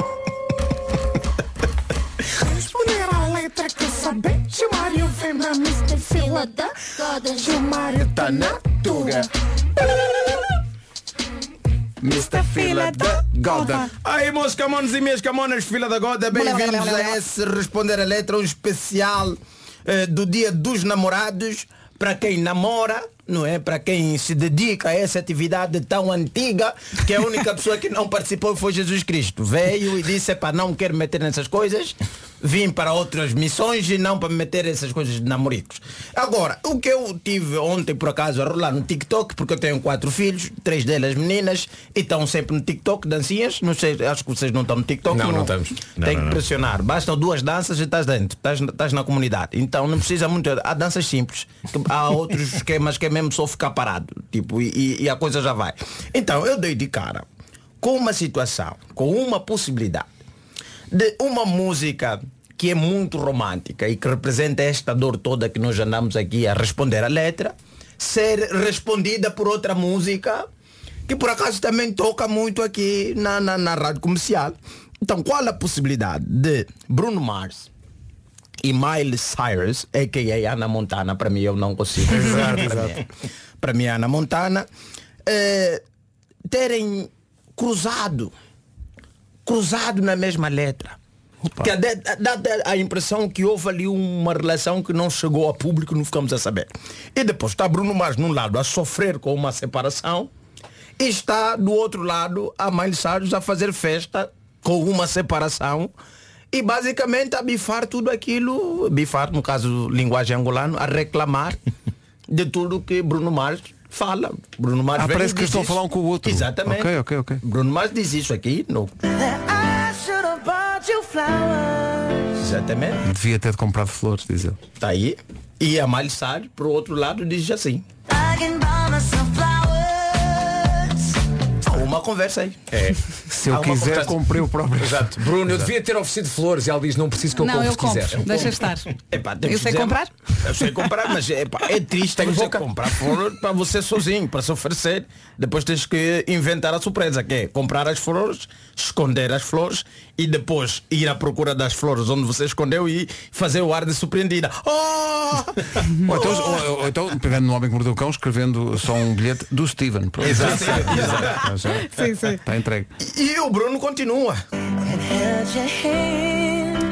[SPEAKER 7] Responder à letra que saber Gilmário vem da Mr. Fila da Goda Gilmário
[SPEAKER 1] Tá na Tuga. Mr.
[SPEAKER 7] Fila da
[SPEAKER 1] Goda.
[SPEAKER 11] Aí, meus camones e minhas camonas, fila da Goda, bem-vindos a esse Responder a Letra, um especial eh, do Dia dos Namorados, para quem namora, não é? Para quem se dedica a essa atividade tão antiga, que é a única pessoa que não participou foi Jesus Cristo. Veio e disse, para não quero meter nessas coisas, vim para outras missões e não para me meter essas coisas de namoricos. Agora, o que eu tive ontem por acaso a rolar no TikTok, porque eu tenho quatro filhos, três delas meninas, e estão sempre no TikTok, dancinhas, não sei, acho que vocês não estão no TikTok.
[SPEAKER 2] Não, não estamos. Não,
[SPEAKER 11] Tem
[SPEAKER 2] não,
[SPEAKER 11] que
[SPEAKER 2] não.
[SPEAKER 11] pressionar. Bastam duas danças e estás dentro, estás, estás na comunidade. Então não precisa muito. Há danças simples. que Há outros esquemas que é mesmo só ficar parado. Tipo, e- e, e a coisa já vai. Então eu dei de cara com uma situação, com uma possibilidade de uma música que é muito romântica e que representa esta dor toda que nós andamos aqui a responder a letra, ser respondida por outra música que por acaso também toca muito aqui na, na, na rádio comercial. Então qual a possibilidade de Bruno Mars e Miley Cyrus, a.k.a. Ana Montana, para mim eu não consigo.
[SPEAKER 10] Exato,
[SPEAKER 11] Para mim- é.
[SPEAKER 10] exato.
[SPEAKER 11] Para mim é Ana Montana, eh, terem cruzado cruzado na mesma letra. Que dá, dá- dá a impressão que houve ali uma relação que não chegou a público, não ficamos a saber. E depois está Bruno Mars num lado a sofrer com uma separação e está do outro lado a Miley Cyrus a fazer festa com uma separação e basicamente a bifar tudo aquilo, bifar no caso linguagem angolano, a reclamar de tudo que Bruno Mars fala. Bruno Mars
[SPEAKER 1] Ah,
[SPEAKER 11] vem e
[SPEAKER 1] parece que
[SPEAKER 11] diz
[SPEAKER 1] estão a
[SPEAKER 11] isso.
[SPEAKER 1] falar um com o outro.
[SPEAKER 11] Exatamente.
[SPEAKER 1] Ok, ok, ok.
[SPEAKER 11] Bruno Mars diz isso aqui no
[SPEAKER 7] I should have bought you flowers
[SPEAKER 11] Exatamente.
[SPEAKER 1] Devia ter comprado flores, diz ele.
[SPEAKER 11] Está Tá aí. E a Miley Cyrus, pro outro lado, diz assim.
[SPEAKER 7] I can buy myself flowers
[SPEAKER 11] Há uma conversa aí. É.
[SPEAKER 1] Se eu quiser, comprei o próprio.
[SPEAKER 2] Exato. Bruno, eu devia ter oferecido flores e ela diz, não preciso que eu
[SPEAKER 4] Não,
[SPEAKER 2] compre
[SPEAKER 4] eu
[SPEAKER 2] se quiser.
[SPEAKER 4] compro. Deixa estar.
[SPEAKER 11] Epá,
[SPEAKER 4] Eu sei comprar?
[SPEAKER 11] Eu sei comprar, mas epá, é triste
[SPEAKER 2] Tem
[SPEAKER 11] você
[SPEAKER 2] boca.
[SPEAKER 11] comprar flores para você sozinho, para se oferecer. Depois tens que inventar a surpresa, que é comprar as flores, esconder as flores e depois ir à procura das flores onde você escondeu e fazer o ar de surpreendida. Oh!
[SPEAKER 1] Ou então, ou- ou então, pegando no Homem que Mordeu o Cão, escrevendo só um bilhete do Steven. Pronto.
[SPEAKER 11] Exato.
[SPEAKER 1] Está já-
[SPEAKER 11] Sim, sim.
[SPEAKER 1] Está entregue.
[SPEAKER 11] E o Bruno continua.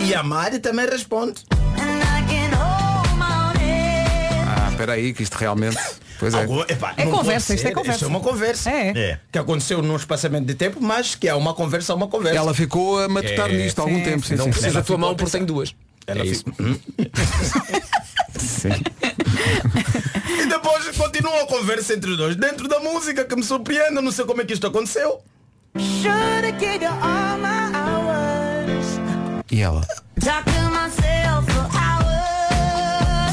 [SPEAKER 11] E a Mari também responde.
[SPEAKER 7] And I can hold my own head
[SPEAKER 1] Ah, Espera aí, que isto realmente. Pois é.
[SPEAKER 11] Algo- epá,
[SPEAKER 4] É
[SPEAKER 11] não pode
[SPEAKER 4] conversa, isto
[SPEAKER 11] ser,
[SPEAKER 4] é conversa.
[SPEAKER 11] é uma conversa. É. Que aconteceu num espaçamento de tempo, mas que é uma conversa, uma conversa.
[SPEAKER 1] Ela ficou a matutar
[SPEAKER 11] É.
[SPEAKER 1] nisto há algum
[SPEAKER 11] Sim,
[SPEAKER 1] tempo.
[SPEAKER 11] sim,
[SPEAKER 1] Sim,
[SPEAKER 11] não
[SPEAKER 1] sim.
[SPEAKER 11] precisa
[SPEAKER 1] Ela
[SPEAKER 11] da tua
[SPEAKER 1] ficou-
[SPEAKER 11] mão porque tenho duas. Ela
[SPEAKER 1] É
[SPEAKER 11] fi-
[SPEAKER 1] isso.
[SPEAKER 11] E depois continua a conversa entre os dois. Dentro da música, que me surpreende, eu não sei como é que isto aconteceu.
[SPEAKER 1] E ela?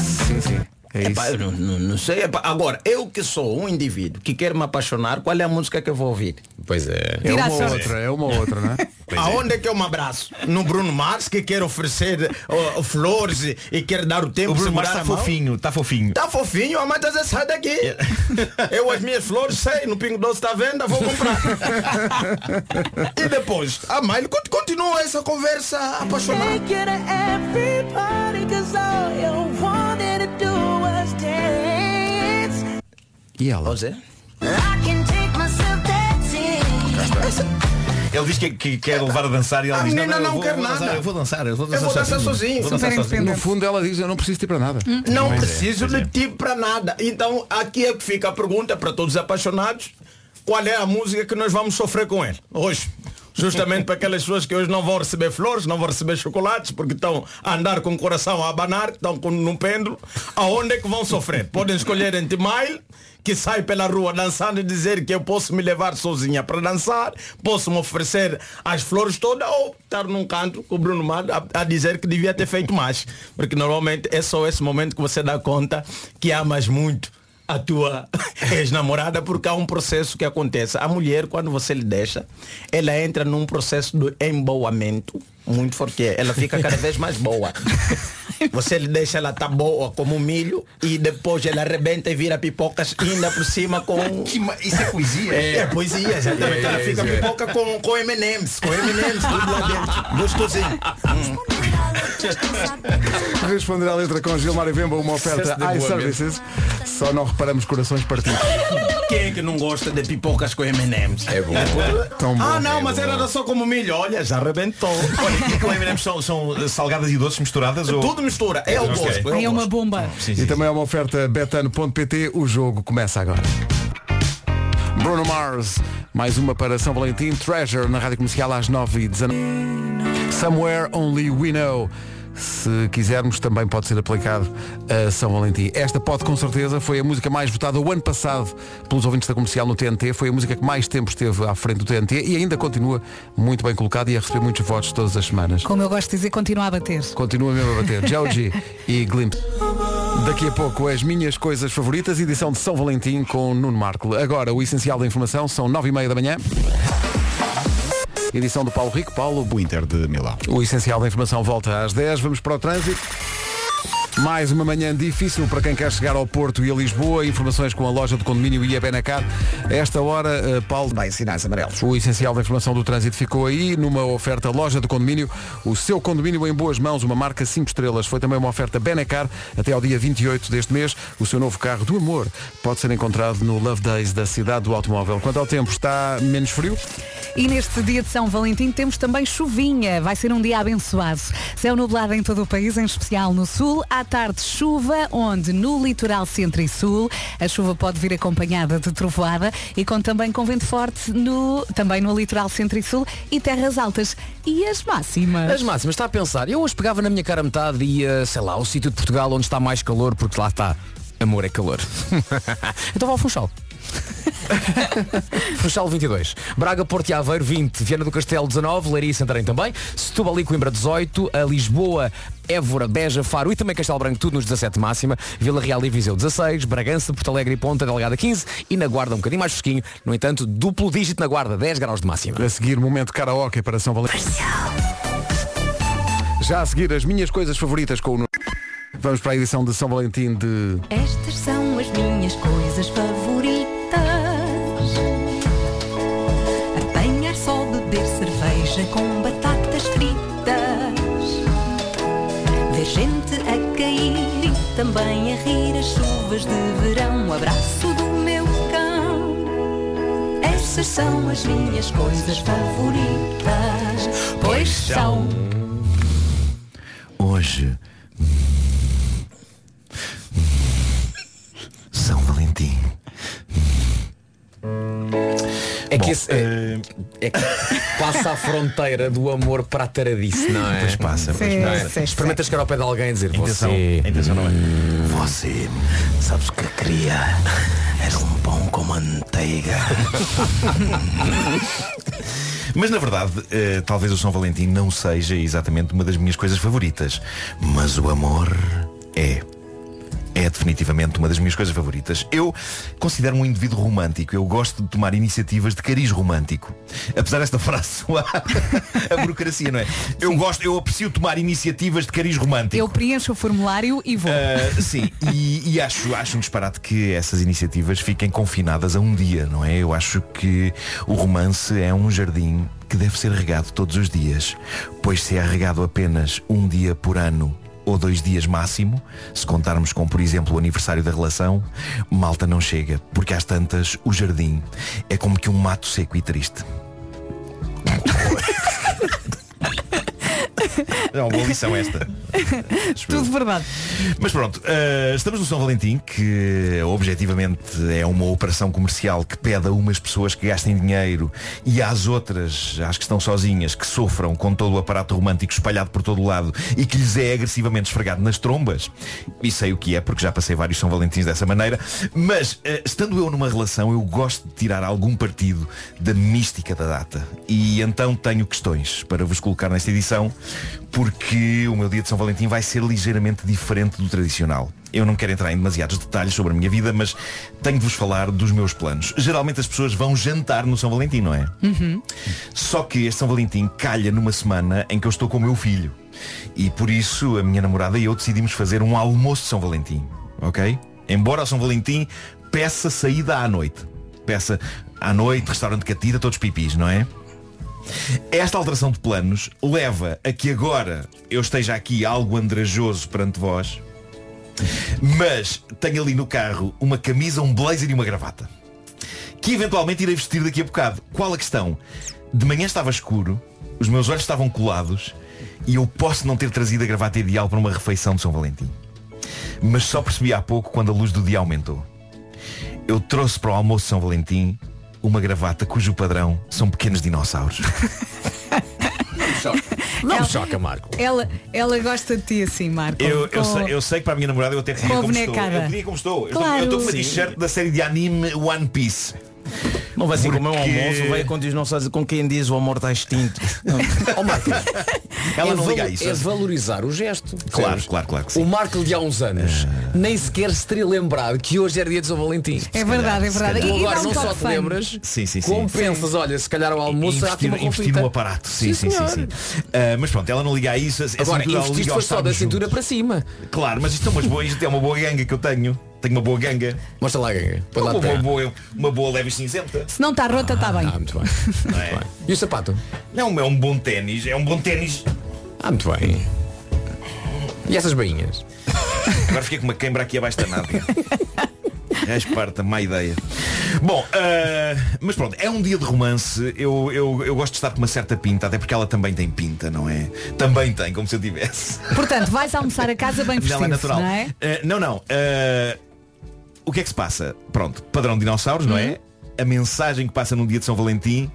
[SPEAKER 11] Sim,
[SPEAKER 1] sim. É
[SPEAKER 11] isso. eu não, não- não sei. Epá, agora, eu que sou um indivíduo que quer me apaixonar, qual é a música que eu vou ouvir? Pois é.
[SPEAKER 1] É uma outra, é uma outra, não é?
[SPEAKER 11] Aonde é que eu me abraço? No Bruno Mars que quer oferecer ó, flores e- e quer dar o tempo
[SPEAKER 9] O Bruno
[SPEAKER 11] segurar
[SPEAKER 9] Mars tá
[SPEAKER 11] a mão?
[SPEAKER 9] fofinho, tá fofinho.
[SPEAKER 11] Tá fofinho, a mãe tá dizendo, sai daqui. Eu as minhas flores sei, no Pingo Doce tá à venda, vou comprar. e depois, a mãe cont- continua essa conversa apaixonada.
[SPEAKER 1] E ela?
[SPEAKER 9] Ele diz que, que quer levar a dançar e ela
[SPEAKER 11] A
[SPEAKER 9] diz, não,
[SPEAKER 11] Ah,
[SPEAKER 9] não,
[SPEAKER 11] menina
[SPEAKER 9] eu
[SPEAKER 11] não
[SPEAKER 9] vou-
[SPEAKER 11] quer
[SPEAKER 9] vou dançar,
[SPEAKER 11] nada.
[SPEAKER 9] Eu vou dançar, eu vou
[SPEAKER 11] Eu
[SPEAKER 9] dançar,
[SPEAKER 11] vou dançar sozinho.
[SPEAKER 9] Vou dançar
[SPEAKER 11] Super
[SPEAKER 9] sozinho.
[SPEAKER 1] No fundo ela diz, eu não preciso de ir para nada.
[SPEAKER 11] Não
[SPEAKER 1] Pois é,
[SPEAKER 11] preciso
[SPEAKER 1] pois é.
[SPEAKER 11] de ti para nada. Então aqui é que fica a pergunta para todos os apaixonados. Qual é a música que nós vamos sofrer com ele hoje? Justamente para aquelas pessoas que hoje não vão receber flores, não vão receber chocolates, porque estão a andar com o coração a abanar, estão com, num pêndulo. Aonde é que vão sofrer? Podem escolher entre Mile, que sai pela rua dançando e dizer que eu posso me levar sozinha para dançar, posso me oferecer as flores todas, ou estar num canto com o Bruno Mar a, a dizer que devia ter feito mais. Porque normalmente é só esse momento que você dá conta que amas muito a tua ex-namorada porque há um processo que acontece. A mulher, quando você lhe deixa, ela entra num processo de emboamento muito forte. Ela fica cada vez mais boa. Você lhe deixa, ela tá boa como milho e depois ela arrebenta e vira pipocas ainda por cima com... um-
[SPEAKER 9] Isso é poesia?
[SPEAKER 11] É, poesia, exatamente.
[SPEAKER 9] É,
[SPEAKER 11] ela
[SPEAKER 9] é,
[SPEAKER 11] fica
[SPEAKER 9] é.
[SPEAKER 11] pipoca com, com M&M's, com M&M's tudo lá dentro. Gostosinho.
[SPEAKER 1] Responder à letra com Gilmário Vemba, uma oferta
[SPEAKER 11] Sucesso de boa
[SPEAKER 1] iServices. Só não reparamos corações partidos.
[SPEAKER 11] Quem é que não gosta de pipocas com M&M's? É bom.
[SPEAKER 1] Tão bom.
[SPEAKER 11] Ah não, mas ela era só como milho. Olha, já arrebentou. Olha,
[SPEAKER 9] O que é que lembramos? São, são salgadas e doces misturadas? Ou...
[SPEAKER 11] Tudo mistura. É o
[SPEAKER 9] Ok.
[SPEAKER 11] gosto.
[SPEAKER 4] É uma bomba.
[SPEAKER 1] E também é uma oferta betano.pt. O jogo começa agora. Bruno Mars, mais uma para São Valentim. Treasure na rádio comercial às 9h19. Somewhere Only We Know. Se quisermos, também pode ser aplicado a São Valentim. Esta pode, com certeza, foi a música mais votada o ano passado pelos ouvintes da comercial no TNT. Foi a música que mais tempo esteve à frente do TNT e ainda continua muito bem colocada e a receber muitos votos todas as semanas.
[SPEAKER 4] Como eu gosto de dizer, continua a bater.
[SPEAKER 1] Continua mesmo a bater. Joji e Glimpse. Daqui a pouco as minhas coisas favoritas, edição de São Valentim com o Nuno Marco. Agora o essencial da informação são nove e meia da manhã. Edição do Paulo Rico, Paulo
[SPEAKER 10] Inter de Milão.
[SPEAKER 1] O essencial da informação volta às 10. Vamos para o trânsito. Mais uma manhã difícil para quem quer chegar ao Porto e a Lisboa. Informações com a loja do condomínio e a Benacar. A esta hora, eh, Paulo.
[SPEAKER 3] Bem, sinais amarelos.
[SPEAKER 1] O essencial da informação do trânsito ficou aí numa oferta loja do condomínio. O seu condomínio em boas mãos, uma marca 5 estrelas. Foi também uma oferta Benacar até ao dia 28 deste mês. O seu novo carro do amor pode ser encontrado no Love Days da cidade do automóvel. Quanto ao tempo, está menos frio?
[SPEAKER 4] E neste dia de São Valentim temos também chuvinha. Vai ser um dia abençoado. Céu nublado em todo o país, em especial no sul. À tarde, chuva, onde no litoral centro e sul a chuva pode vir acompanhada de trovoada e com também com vento forte no, também no litoral centro e sul e terras altas. E as máximas?
[SPEAKER 2] As máximas, está a pensar, eu hoje pegava na minha cara metade e ia, sei lá, ao sítio de Portugal onde está mais calor, porque lá está, amor é calor. então vá ao Funchal. Funchal 22, Braga, Porto e Aveiro 20, Viana do Castelo 19, Leiria e Santarém também, Setúbal e Coimbra 18, a Lisboa, Évora, Beja, Faro e também Castelo Branco tudo nos 17 máxima, Vila Real e Viseu 16, Bragança, Porto Alegre e Ponta Delgada 15 e na Guarda um bocadinho mais fresquinho, no entanto duplo dígito na Guarda 10 graus de máxima.
[SPEAKER 1] A seguir, momento karaoke para São Valentim. Já a seguir, as minhas coisas favoritas com o Nuno. Vamos para a edição de São Valentim de...
[SPEAKER 14] Estas são as minhas coisas favoritas. Apanhar só, beber cerveja com batatas fritas. Ver gente a cair e também a rir as chuvas de verão. O abraço do meu cão. Essas são as minhas coisas favoritas. Pois são.
[SPEAKER 8] Hoje.
[SPEAKER 2] É
[SPEAKER 9] Bom, eh,
[SPEAKER 2] que, esse- é- é que passa a fronteira do amor para a taradice, não é?
[SPEAKER 9] Pois passa, pois Sim, passa. sim,
[SPEAKER 2] Experimenta chegar ao pé de alguém e dizer
[SPEAKER 9] Intenção-
[SPEAKER 2] você.
[SPEAKER 9] intenção não é.
[SPEAKER 2] Você sabes que queria.
[SPEAKER 11] Era um pão com manteiga.
[SPEAKER 9] Mas na verdade, eh, talvez o São Valentim não seja exatamente uma das minhas coisas favoritas. Mas o amor é. É definitivamente uma das minhas coisas favoritas. Eu considero-me um indivíduo romântico. Eu gosto de tomar iniciativas de cariz romântico. Apesar desta frase soar a burocracia, não é? Eu gosto, eu aprecio tomar iniciativas de cariz romântico.
[SPEAKER 4] Eu preencho o formulário e vou.
[SPEAKER 9] Ah, sim, e, e acho, acho um disparate que essas iniciativas fiquem confinadas a um dia, não é? Eu acho que o romance é um jardim que deve ser regado todos os dias, pois se é regado apenas um dia por ano ou dois dias máximo, se contarmos com, por exemplo, o aniversário da relação, malta não chega, porque às tantas o jardim é como que um mato seco e triste. É uma boa lição esta.
[SPEAKER 4] Tudo verdade.
[SPEAKER 9] Mas pronto, eh, estamos no São Valentim, que objetivamente é uma operação comercial que pede a umas pessoas que gastem dinheiro e às outras, às que estão sozinhas, que sofram com todo o aparato romântico espalhado por todo o lado e que lhes é agressivamente esfregado nas trombas. E sei o que é, porque já passei vários São Valentins dessa maneira. Mas eh, estando eu numa relação, eu gosto de tirar algum partido da mística da data. E então tenho questões para vos colocar nesta edição, porque o meu dia de São Valentim vai ser ligeiramente diferente do tradicional. Eu não quero entrar em demasiados detalhes sobre a minha vida, mas tenho de vos falar dos meus planos. Geralmente as pessoas vão jantar no São Valentim, não é?
[SPEAKER 15] Uhum.
[SPEAKER 9] Só que este São Valentim calha numa semana em que eu estou com o meu filho. E por isso a minha namorada e eu decidimos fazer um almoço de São Valentim. Ok? Embora o São Valentim peça saída à noite. Peça à noite, restaurante catita, todos pipis, não é? Esta alteração de planos leva a que agora eu esteja aqui algo andrajoso perante vós, mas tenho ali no carro uma camisa, um blazer e uma gravata. Que eventualmente irei vestir daqui a bocado. Qual a questão? De manhã estava escuro, os meus olhos estavam colados e eu posso não ter trazido a gravata ideal para uma refeição de São Valentim. Mas só percebi há pouco quando a luz do dia aumentou. Eu trouxe para o almoço de São Valentim uma gravata cujo padrão são pequenos dinossauros.
[SPEAKER 4] Não me
[SPEAKER 9] choca, Marco.
[SPEAKER 4] Ela, ela gosta de ti assim, Marco.
[SPEAKER 9] Eu, eu
[SPEAKER 4] Com-
[SPEAKER 9] sei, eu sei que para a minha namorada eu até podia
[SPEAKER 4] Com a
[SPEAKER 9] como estou.
[SPEAKER 4] bonecada.
[SPEAKER 9] Eu podia como estou. Eu estou-
[SPEAKER 4] Claro.
[SPEAKER 9] Eu estou com uma
[SPEAKER 4] Sim.
[SPEAKER 9] t-shirt da série de anime One Piece.
[SPEAKER 11] Não vai ser como
[SPEAKER 9] Porque-
[SPEAKER 11] como um almoço, vai com dinossauros com quem diz o amor está extinto.
[SPEAKER 9] Ela
[SPEAKER 2] Oh, é
[SPEAKER 9] não liga
[SPEAKER 2] valo-
[SPEAKER 9] a isso. assim.
[SPEAKER 2] É valorizar o gesto.
[SPEAKER 9] Claro,
[SPEAKER 2] Percebes?
[SPEAKER 9] claro, claro que Ah.
[SPEAKER 2] O Marco de há uns anos nem sequer se teria lembrado que hoje era dia de São Valentim.
[SPEAKER 4] É verdade, é verdade.
[SPEAKER 2] Tu
[SPEAKER 4] E- e dá
[SPEAKER 2] agora
[SPEAKER 4] um
[SPEAKER 2] não
[SPEAKER 4] toque
[SPEAKER 2] só te
[SPEAKER 4] fun.
[SPEAKER 2] lembras,
[SPEAKER 9] Sim, sim, sim.
[SPEAKER 2] como pensas, olha, se calhar o almoço há aqui
[SPEAKER 9] investir,
[SPEAKER 2] uma
[SPEAKER 9] investir
[SPEAKER 2] conflita.
[SPEAKER 9] no aparato. Sim, sim, sim.
[SPEAKER 2] senhor.
[SPEAKER 9] sim. Ah, mas pronto, ela não liga a isso. é Essa
[SPEAKER 2] Agora,
[SPEAKER 9] altura ela
[SPEAKER 2] investiste
[SPEAKER 9] liga
[SPEAKER 2] foi
[SPEAKER 9] aos
[SPEAKER 2] só da
[SPEAKER 9] estarmos
[SPEAKER 2] cintura para cima.
[SPEAKER 9] Claro, mas isto é, umas boas, isto é uma boa ganga que eu tenho. Tenho uma boa ganga.
[SPEAKER 2] Mostra lá a ganga. Põe lá
[SPEAKER 9] uma,
[SPEAKER 2] terra.
[SPEAKER 9] boa, uma boa leve e cinzenta.
[SPEAKER 4] Se não está rota,
[SPEAKER 9] Ah,
[SPEAKER 4] está
[SPEAKER 9] tá.
[SPEAKER 4] bem.
[SPEAKER 2] Ah, muito bem.
[SPEAKER 9] Não é?
[SPEAKER 2] E o sapato?
[SPEAKER 9] Não, é um bom ténis. É um bom ténis.
[SPEAKER 2] Ah, muito bem. E essas bainhas?
[SPEAKER 9] Agora fiquei com uma queimbra aqui abaixo da nádega. Esparta, má ideia. Bom, ah, mas pronto, é um dia de romance. Eu, eu, eu gosto de estar com uma certa pinta, até porque ela também tem pinta, não é? Também tem, como se eu tivesse.
[SPEAKER 4] Portanto, vais almoçar a casa bem vestido,
[SPEAKER 9] Não é natural.
[SPEAKER 4] não é?
[SPEAKER 9] Eh, não, não. Eh, o que é que se passa? Pronto, padrão de dinossauros, não é?
[SPEAKER 4] Hum.
[SPEAKER 9] A mensagem que passa num dia de São Valentim.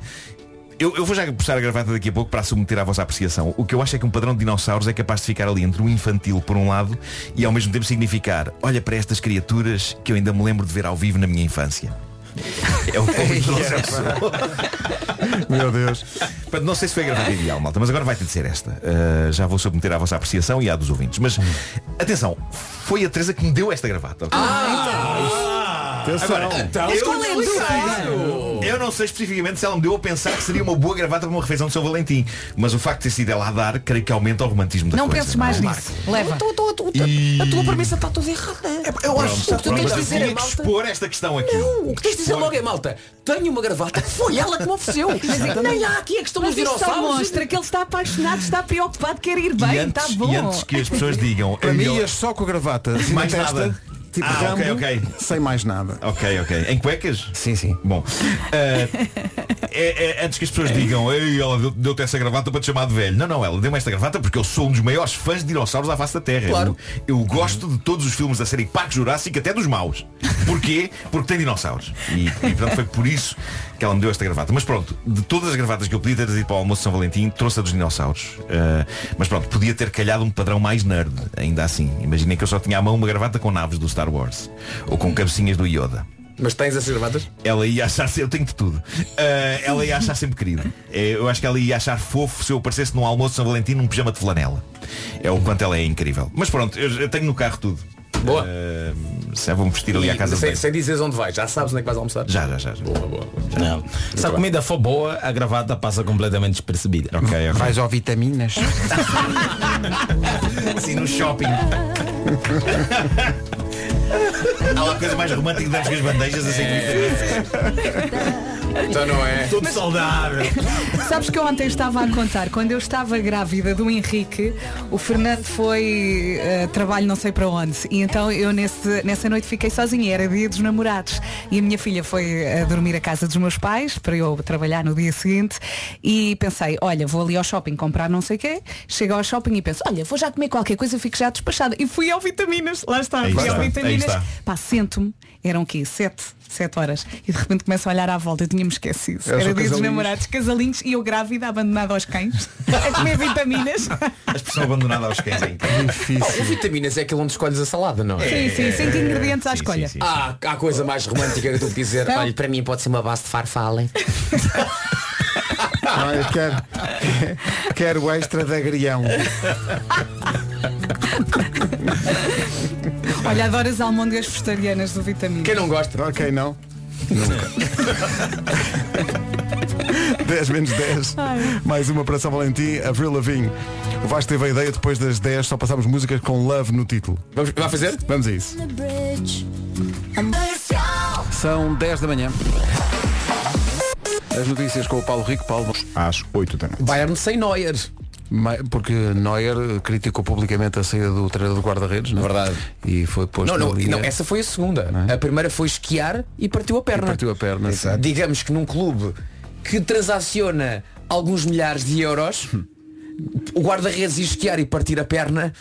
[SPEAKER 9] Eu, eu vou já puxar a gravata daqui a pouco para a submeter à vossa apreciação. O que eu acho é que um padrão de dinossauros é capaz de ficar ali entre o infantil por um lado e ao mesmo tempo significar olha para estas criaturas que eu ainda me lembro de ver ao vivo na minha infância. É o que eu trouxe ao som.
[SPEAKER 10] Meu Deus.
[SPEAKER 9] Portanto, não sei se foi a gravata ideal, malta, mas agora vai ter de ser esta. Uh, já vou submeter à vossa apreciação e à dos ouvintes. Mas, atenção, foi a Teresa que me deu esta gravata. ok?
[SPEAKER 10] Ah! Atenção.
[SPEAKER 9] Agora,
[SPEAKER 10] Então,
[SPEAKER 9] eu,
[SPEAKER 10] qual é a dúvida?
[SPEAKER 9] eu não sei especificamente se ela me deu a pensar que seria uma boa gravata para uma refeição de São Valentim. Mas o facto de ter sido ela a dar, creio que aumenta o romantismo da
[SPEAKER 4] Não
[SPEAKER 9] coisa.
[SPEAKER 4] penses mais
[SPEAKER 9] é?
[SPEAKER 4] nisso. Leva.
[SPEAKER 9] E-
[SPEAKER 4] A tua
[SPEAKER 2] premissa está toda errada.
[SPEAKER 9] Eu acho
[SPEAKER 2] o que tu tens de dizer é
[SPEAKER 9] que
[SPEAKER 2] malta.
[SPEAKER 9] expor esta questão aqui.
[SPEAKER 2] O que tens de dizer logo é malta. Tenho uma gravata. Foi ela que me ofereceu.
[SPEAKER 4] Mas é que
[SPEAKER 2] Nem há aqui a questão
[SPEAKER 4] Mas
[SPEAKER 2] dos
[SPEAKER 4] isto só
[SPEAKER 2] dinossauros.
[SPEAKER 4] mostra que ele está apaixonado, está preocupado, quer ir
[SPEAKER 9] e
[SPEAKER 4] bem,
[SPEAKER 9] antes,
[SPEAKER 2] tá
[SPEAKER 4] está bom.
[SPEAKER 9] e antes que as pessoas digam
[SPEAKER 1] Para mim,
[SPEAKER 9] "Eu-
[SPEAKER 1] ias só com a gravata. assim,
[SPEAKER 9] mais
[SPEAKER 1] na testa,
[SPEAKER 9] nada.
[SPEAKER 1] Tipo
[SPEAKER 9] ah,
[SPEAKER 1] Rambo,
[SPEAKER 9] ok, ok.
[SPEAKER 1] sem mais nada.
[SPEAKER 9] Ok, ok. Em cuecas?
[SPEAKER 1] Sim, sim.
[SPEAKER 9] Bom. ah, é- é- antes que as pessoas digam, Ei, ela deu- deu-te essa gravata para te chamar de velho. Não, não, ela deu-me esta gravata porque eu sou um dos maiores fãs de dinossauros à face da Terra.
[SPEAKER 2] Claro.
[SPEAKER 9] Eu, eu gosto de todos os filmes da série Parque Jurássico, até dos maus. Porquê? Porque tem dinossauros. E, e, portanto foi por isso que ela me deu esta gravata. Mas pronto, de todas as gravatas que eu podia ter trazido para o almoço de São Valentim, trouxe a dos dinossauros. Ah, mas pronto, podia ter calhado um padrão mais nerd, ainda assim. Imaginem que eu só tinha à mão uma gravata com naves do Star Wars. Ou com cabecinhas do Yoda.
[SPEAKER 2] Mas tens essas gravatas?
[SPEAKER 9] Ela ia achar se- eu tenho de tudo. Ah, ela ia achar sempre querido. É, Eu acho que ela ia achar fofo se eu aparecesse num almoço de São Valentim num pijama de flanela. É o quanto ela é incrível. Mas pronto, eu, eu tenho no carro tudo. Ah,
[SPEAKER 2] Boa.
[SPEAKER 9] se vão vestir ali à casa do
[SPEAKER 2] sem,
[SPEAKER 9] banho.
[SPEAKER 2] sem dizeres onde vais, já sabes onde é que vais almoçar?
[SPEAKER 9] Já, já, já. já.
[SPEAKER 2] Boa, boa.
[SPEAKER 11] Não. Se a
[SPEAKER 2] bem.
[SPEAKER 11] comida for boa, a gravata passa completamente despercebida.
[SPEAKER 9] Ok, ok.
[SPEAKER 1] Vais ao vitaminas.
[SPEAKER 9] Assim no shopping. Há uma coisa mais romântica das que as bandejas assim.
[SPEAKER 2] Então não é.
[SPEAKER 9] Tudo saudável.
[SPEAKER 4] Sabes que eu ontem estava a contar, quando eu estava grávida do Henrique, o Fernando foi eh, trabalho não sei para onde. E então eu nesse- nessa noite fiquei sozinha, era dia dos namorados. E a minha filha foi a dormir à casa dos meus pais para eu trabalhar no dia seguinte. E pensei, olha, vou ali ao shopping comprar não sei o quê. Chego ao shopping e penso, olha, vou já comer qualquer coisa, fico já despachada. E fui ao vitaminas, lá está,
[SPEAKER 11] Aí
[SPEAKER 4] fui
[SPEAKER 11] está,
[SPEAKER 4] ao
[SPEAKER 11] aí
[SPEAKER 4] vitaminas.
[SPEAKER 11] está.
[SPEAKER 4] Pá, sento-me, eram o quê? Sete, sete horas. E de repente começo a olhar à volta, eu tinha-me esquecido.
[SPEAKER 11] É,
[SPEAKER 4] Era
[SPEAKER 11] só
[SPEAKER 4] dia dos
[SPEAKER 11] casalinhos.
[SPEAKER 4] namorados, casalinhos e eu grávida, abandonada aos cães, a comer vitaminas.
[SPEAKER 9] A expressão abandonada aos cães é
[SPEAKER 2] O vitaminas é aquilo onde escolhes a salada, não é?
[SPEAKER 4] Sim, sim, cinco ingredientes à escolha.
[SPEAKER 2] Ah, há coisa mais romântica do que dizer,
[SPEAKER 1] Então-
[SPEAKER 4] Não.
[SPEAKER 2] olha, para mim pode ser uma base de farfala.
[SPEAKER 1] Olha, quero, quero extra de agrião.
[SPEAKER 4] Olha, adoro as almôndegas vegetarianas do vitaminas. Quem
[SPEAKER 2] não gosta?
[SPEAKER 1] Ok, não. Nunca. 10 menos 10. Mais uma para São Valentim, Avril Lavigne. O Vasco teve a ideia, depois das 10 só passámos músicas com love no título.
[SPEAKER 2] Vamos, vai fazer?
[SPEAKER 1] Vamos a isso. São 10 da manhã. As notícias com o Paulo Rico, Paulo.
[SPEAKER 15] Às 8 da noite.
[SPEAKER 2] Bayern sem Neuer.
[SPEAKER 1] Porque Neuer criticou publicamente a saída do treinador do guarda-redes, não é? Verdade. E foi posto eh,
[SPEAKER 2] Não, não,
[SPEAKER 1] na linha.
[SPEAKER 2] não, essa foi a segunda. A primeira foi esquiar e partiu a perna.
[SPEAKER 1] partiu a perna.
[SPEAKER 2] Digamos que num clube que transaciona alguns milhares de euros, o guarda-redes ir esquiar e partir a perna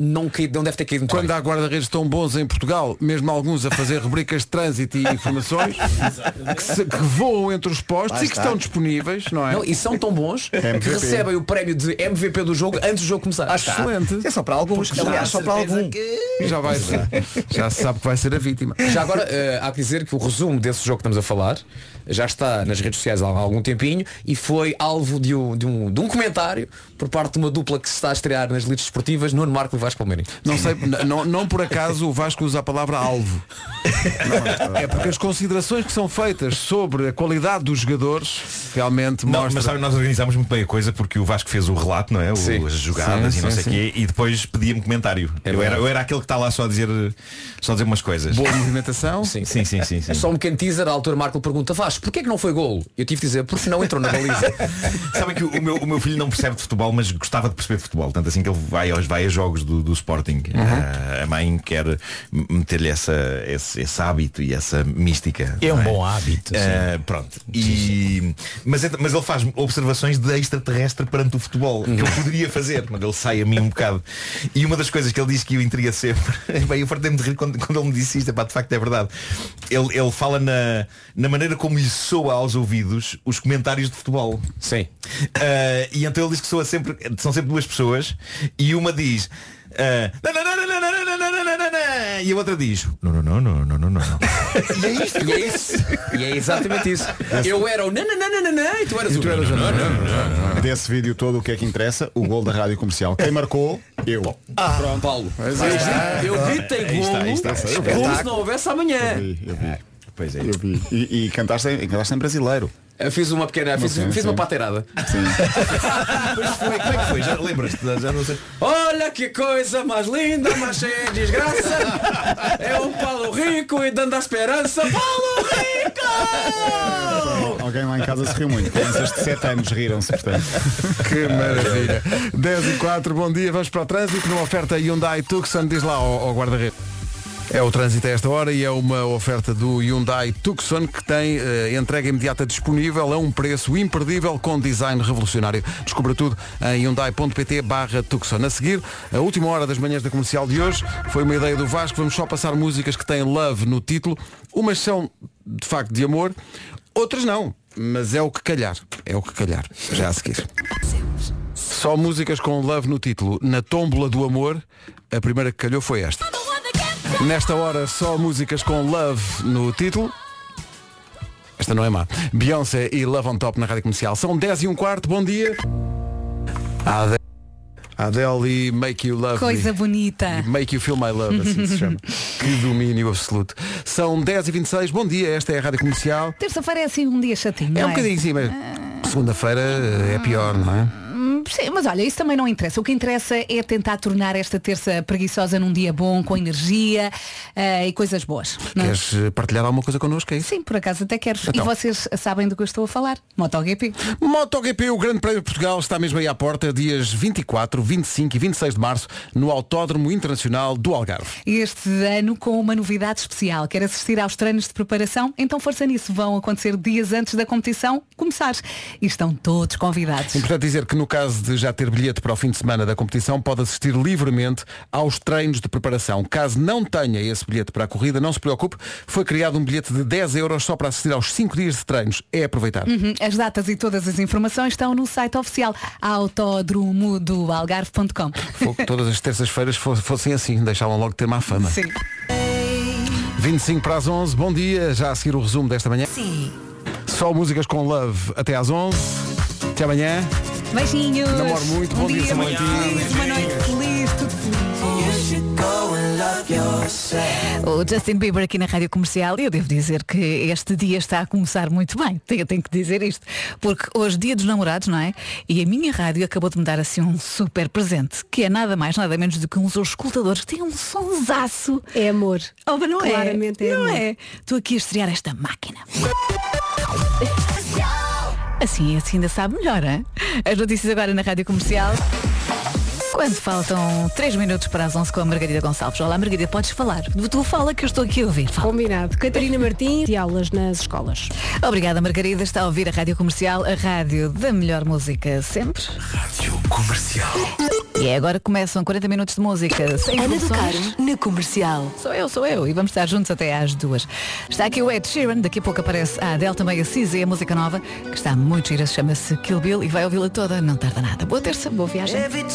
[SPEAKER 2] não, cai- não deve ter caído muito
[SPEAKER 1] Quando há guarda-redes tão bons em Portugal, mesmo alguns a fazer rubricas de trânsito e informações, que, se- que voam entre os postos
[SPEAKER 2] Lá
[SPEAKER 1] e que
[SPEAKER 2] está.
[SPEAKER 1] estão disponíveis, não é?
[SPEAKER 2] Não, e são tão bons que
[SPEAKER 1] MVP.
[SPEAKER 2] recebem o prémio de MVP do jogo antes do jogo começar.
[SPEAKER 1] Acho excelente.
[SPEAKER 2] É só para alguns.
[SPEAKER 1] Ah, aliás, só para algum. Já vai ser. Já se sabe que vai ser a vítima.
[SPEAKER 2] Já agora, eh, há que dizer que o resumo desse jogo que estamos a falar já está nas redes sociais há algum tempinho e foi alvo de um, de um, de um comentário por parte de uma dupla que se está a estrear nas lides esportivas, Nuno Marco e Vasco Palmeiras.
[SPEAKER 1] Não sei, n- não, não por acaso o Vasco usa a palavra alvo. Não, é porque as considerações que são feitas sobre a qualidade dos jogadores realmente
[SPEAKER 9] Não,
[SPEAKER 1] mostram.
[SPEAKER 9] mas sabe, nós organizámos muito bem a coisa porque o Vasco fez o relato, não é? O-
[SPEAKER 1] Sim.
[SPEAKER 9] As jogadas
[SPEAKER 1] Sim,
[SPEAKER 9] e não
[SPEAKER 1] sim, É
[SPEAKER 9] sei o quê, e depois pedia-me comentário. eu, era,
[SPEAKER 2] verdade.
[SPEAKER 9] eu era aquele que está lá só a dizer, só a dizer umas coisas.
[SPEAKER 1] Boa movimentação.
[SPEAKER 2] Sim,
[SPEAKER 9] sim, sim. sim,
[SPEAKER 2] É só um pequeno teaser, à altura Marco pergunta, Vasco, porquê é que não foi golo? Eu tive de dizer, porque não entrou na baliza.
[SPEAKER 9] Sabem que o o meu, o meu filho não percebe de futebol, mas gostava de perceber de futebol. Tanto assim que ele vai, aos, vai a jogos do, do Sporting.
[SPEAKER 11] Uhum.
[SPEAKER 9] Ah, a mãe quer m- meter-lhe essa, esse, esse hábito e essa mística.
[SPEAKER 11] É um
[SPEAKER 9] não
[SPEAKER 11] bom hábito,
[SPEAKER 9] Ah,
[SPEAKER 11] sim.
[SPEAKER 9] pronto. E, mas, ent- mas ele faz observações de extraterrestre perante o futebol, que
[SPEAKER 11] Uhum.
[SPEAKER 9] eu poderia fazer, mas ele sai a mim um bocado. E uma das coisas que ele diz que o intriga sempre, bem, eu fartei-me de rir quando, quando ele me disse isto, epá, de facto é verdade. Ele, ele fala na, na maneira como lhe soa aos ouvidos os comentários de futebol.
[SPEAKER 2] Sim.
[SPEAKER 9] e então ele diz que soa sempre, são sempre duas pessoas, e uma diz. ah, "Não, não, não, não, não, não, não, não, não, não, não", E a outra diz Não, não, não, não, não, não, não
[SPEAKER 2] E é isto. E é isso. E é exatamente isso. Eu era o nananana e tu eras o.
[SPEAKER 15] Desse vídeo todo, o que é que interessa? O gol da rádio comercial. Quem marcou? Eu.
[SPEAKER 2] Ah, Paulo.
[SPEAKER 15] Mas
[SPEAKER 2] eu
[SPEAKER 15] aí
[SPEAKER 2] vi-
[SPEAKER 15] está.
[SPEAKER 2] eu gritei
[SPEAKER 15] Aí
[SPEAKER 9] um
[SPEAKER 15] está, aí está. Eu vi.
[SPEAKER 2] golo como se não houvesse amanhã.
[SPEAKER 15] Eu vi, eu
[SPEAKER 9] É,
[SPEAKER 15] vi. Eu vi. E, e cantaste, em- cantaste em brasileiro.
[SPEAKER 2] Eu fiz uma pequena, fiz,
[SPEAKER 15] Sim,
[SPEAKER 2] fiz
[SPEAKER 15] sim.
[SPEAKER 2] uma pateirada.
[SPEAKER 9] Pois foi, como é que foi? Já lembras-te? Já não sei.
[SPEAKER 2] Olha que coisa mais linda, mais cheia de desgraça. É o Paulo Rico e dando a esperança. Paulo Rico!
[SPEAKER 15] Alguém lá em casa se riu muito. Crianças de 7 anos riram-se, portanto.
[SPEAKER 1] Que maravilha. 10 e 4, bom dia, vamos para o trânsito, numa oferta Hyundai Tucson, diz lá ao, ao guarda-redes. É o trânsito a esta hora e é uma oferta do Hyundai Tucson que tem eh, entrega imediata disponível a um preço imperdível com design revolucionário. Descubra tudo em hyundai.pt barra Tucson. A seguir, a última hora das manhãs da comercial de hoje foi uma ideia do Vasco. Vamos só passar músicas que têm love no título. Umas são, de facto, de amor, outras não. Mas é o que calhar. É o que calhar. Já a seguir. Só músicas com love no título. Na tómbola do amor, a primeira que calhou foi esta. Nesta hora, só músicas com love no título. Esta não é má. Beyoncé e Love on Top na rádio comercial. São 10 e um quarto, bom dia. A Adele, a Adele e Make You Love
[SPEAKER 4] Coisa
[SPEAKER 1] Me.
[SPEAKER 4] bonita.
[SPEAKER 1] Make You Feel My Love, assim se chama. que domínio absoluto. São 10 e 26 bom dia, esta é a rádio comercial.
[SPEAKER 4] Terça-feira é assim um dia chatinho.
[SPEAKER 1] É
[SPEAKER 4] não
[SPEAKER 1] um bocadinho assim, mas segunda-feira eh, é pior, não é?
[SPEAKER 4] Hum, Sim, mas olha, isso também não interessa. O que interessa é tentar tornar esta terça preguiçosa num dia bom, com energia eh, e coisas boas. não é?
[SPEAKER 1] Queres eh, partilhar alguma coisa connosco, é isso?
[SPEAKER 4] Sim, por acaso até quero. E
[SPEAKER 1] Então.
[SPEAKER 4] vocês sabem do que eu estou a falar. MotoGP.
[SPEAKER 1] MotoGP, o Grande Prémio de Portugal, está mesmo aí à porta, dias 24, 25 e 26 de março, no Autódromo Internacional do Algarve.
[SPEAKER 4] Este ano com uma novidade especial. Quer assistir aos treinos de preparação? Então força nisso. Vão acontecer dias antes da competição começar. E estão todos convidados.
[SPEAKER 1] Importante dizer que no caso de já ter bilhete para o fim de semana da competição, pode assistir livremente aos treinos de preparação. Caso não tenha esse bilhete para a corrida, não se preocupe, foi criado um bilhete de 10 euros só para assistir aos 5 dias de treinos. É aproveitar.
[SPEAKER 4] Uhum. As datas e todas as informações estão no site oficial autodromo do algarve.com.
[SPEAKER 1] Fogo, todas as terças-feiras fo- fossem assim, deixavam logo de ter má fama.
[SPEAKER 4] Sim.
[SPEAKER 1] 25 para as 11, bom dia, já a seguir o resumo desta manhã.
[SPEAKER 4] Sim.
[SPEAKER 1] Só músicas com love até às 11. Até amanhã.
[SPEAKER 4] Beijinhos.
[SPEAKER 1] Namoro muito,
[SPEAKER 4] um
[SPEAKER 1] bom dia,
[SPEAKER 4] dia,
[SPEAKER 1] São
[SPEAKER 4] muito
[SPEAKER 1] Valentim.
[SPEAKER 4] feliz, uma noite feliz, tudo feliz.
[SPEAKER 16] O Justin Bieber aqui na Rádio Comercial, eu devo dizer que este dia está a começar muito bem. Tenho, tenho que dizer isto, porque hoje dia dos namorados, não é? E a minha rádio acabou de me dar assim um super presente, que é nada mais, nada menos do que uns escutadores que têm um sonsaço.
[SPEAKER 17] É amor.
[SPEAKER 16] Oh, mas não é?
[SPEAKER 17] Claramente é
[SPEAKER 16] Não
[SPEAKER 17] amor.
[SPEAKER 16] é? Estou aqui a estrear esta máquina. Assim, assim ainda sabe melhor, hein? As notícias agora na Rádio Comercial. Quando faltam 3 minutos para as 11 com a Margarida Gonçalves. Olá, Margarida, podes falar. Tu fala que eu estou aqui a ouvir. Fala.
[SPEAKER 17] Combinado. Catarina Martins e aulas nas escolas.
[SPEAKER 16] Obrigada, Margarida. Está a ouvir a Rádio Comercial, a rádio da melhor música sempre.
[SPEAKER 8] Comercial.
[SPEAKER 16] E é agora que começam 40 minutos de música. Sem
[SPEAKER 14] Ana do
[SPEAKER 16] interrupções.
[SPEAKER 14] Carmo, na comercial.
[SPEAKER 16] Sou eu, sou eu. E vamos estar juntos até às duas. Está aqui o Ed Sheeran. Daqui a pouco aparece a Adele, também a Cisa e a música nova, que está muito gira. Chama-se Kill Bill e vai ouvi-la toda. Não tarda nada. Boa terça, boa viagem.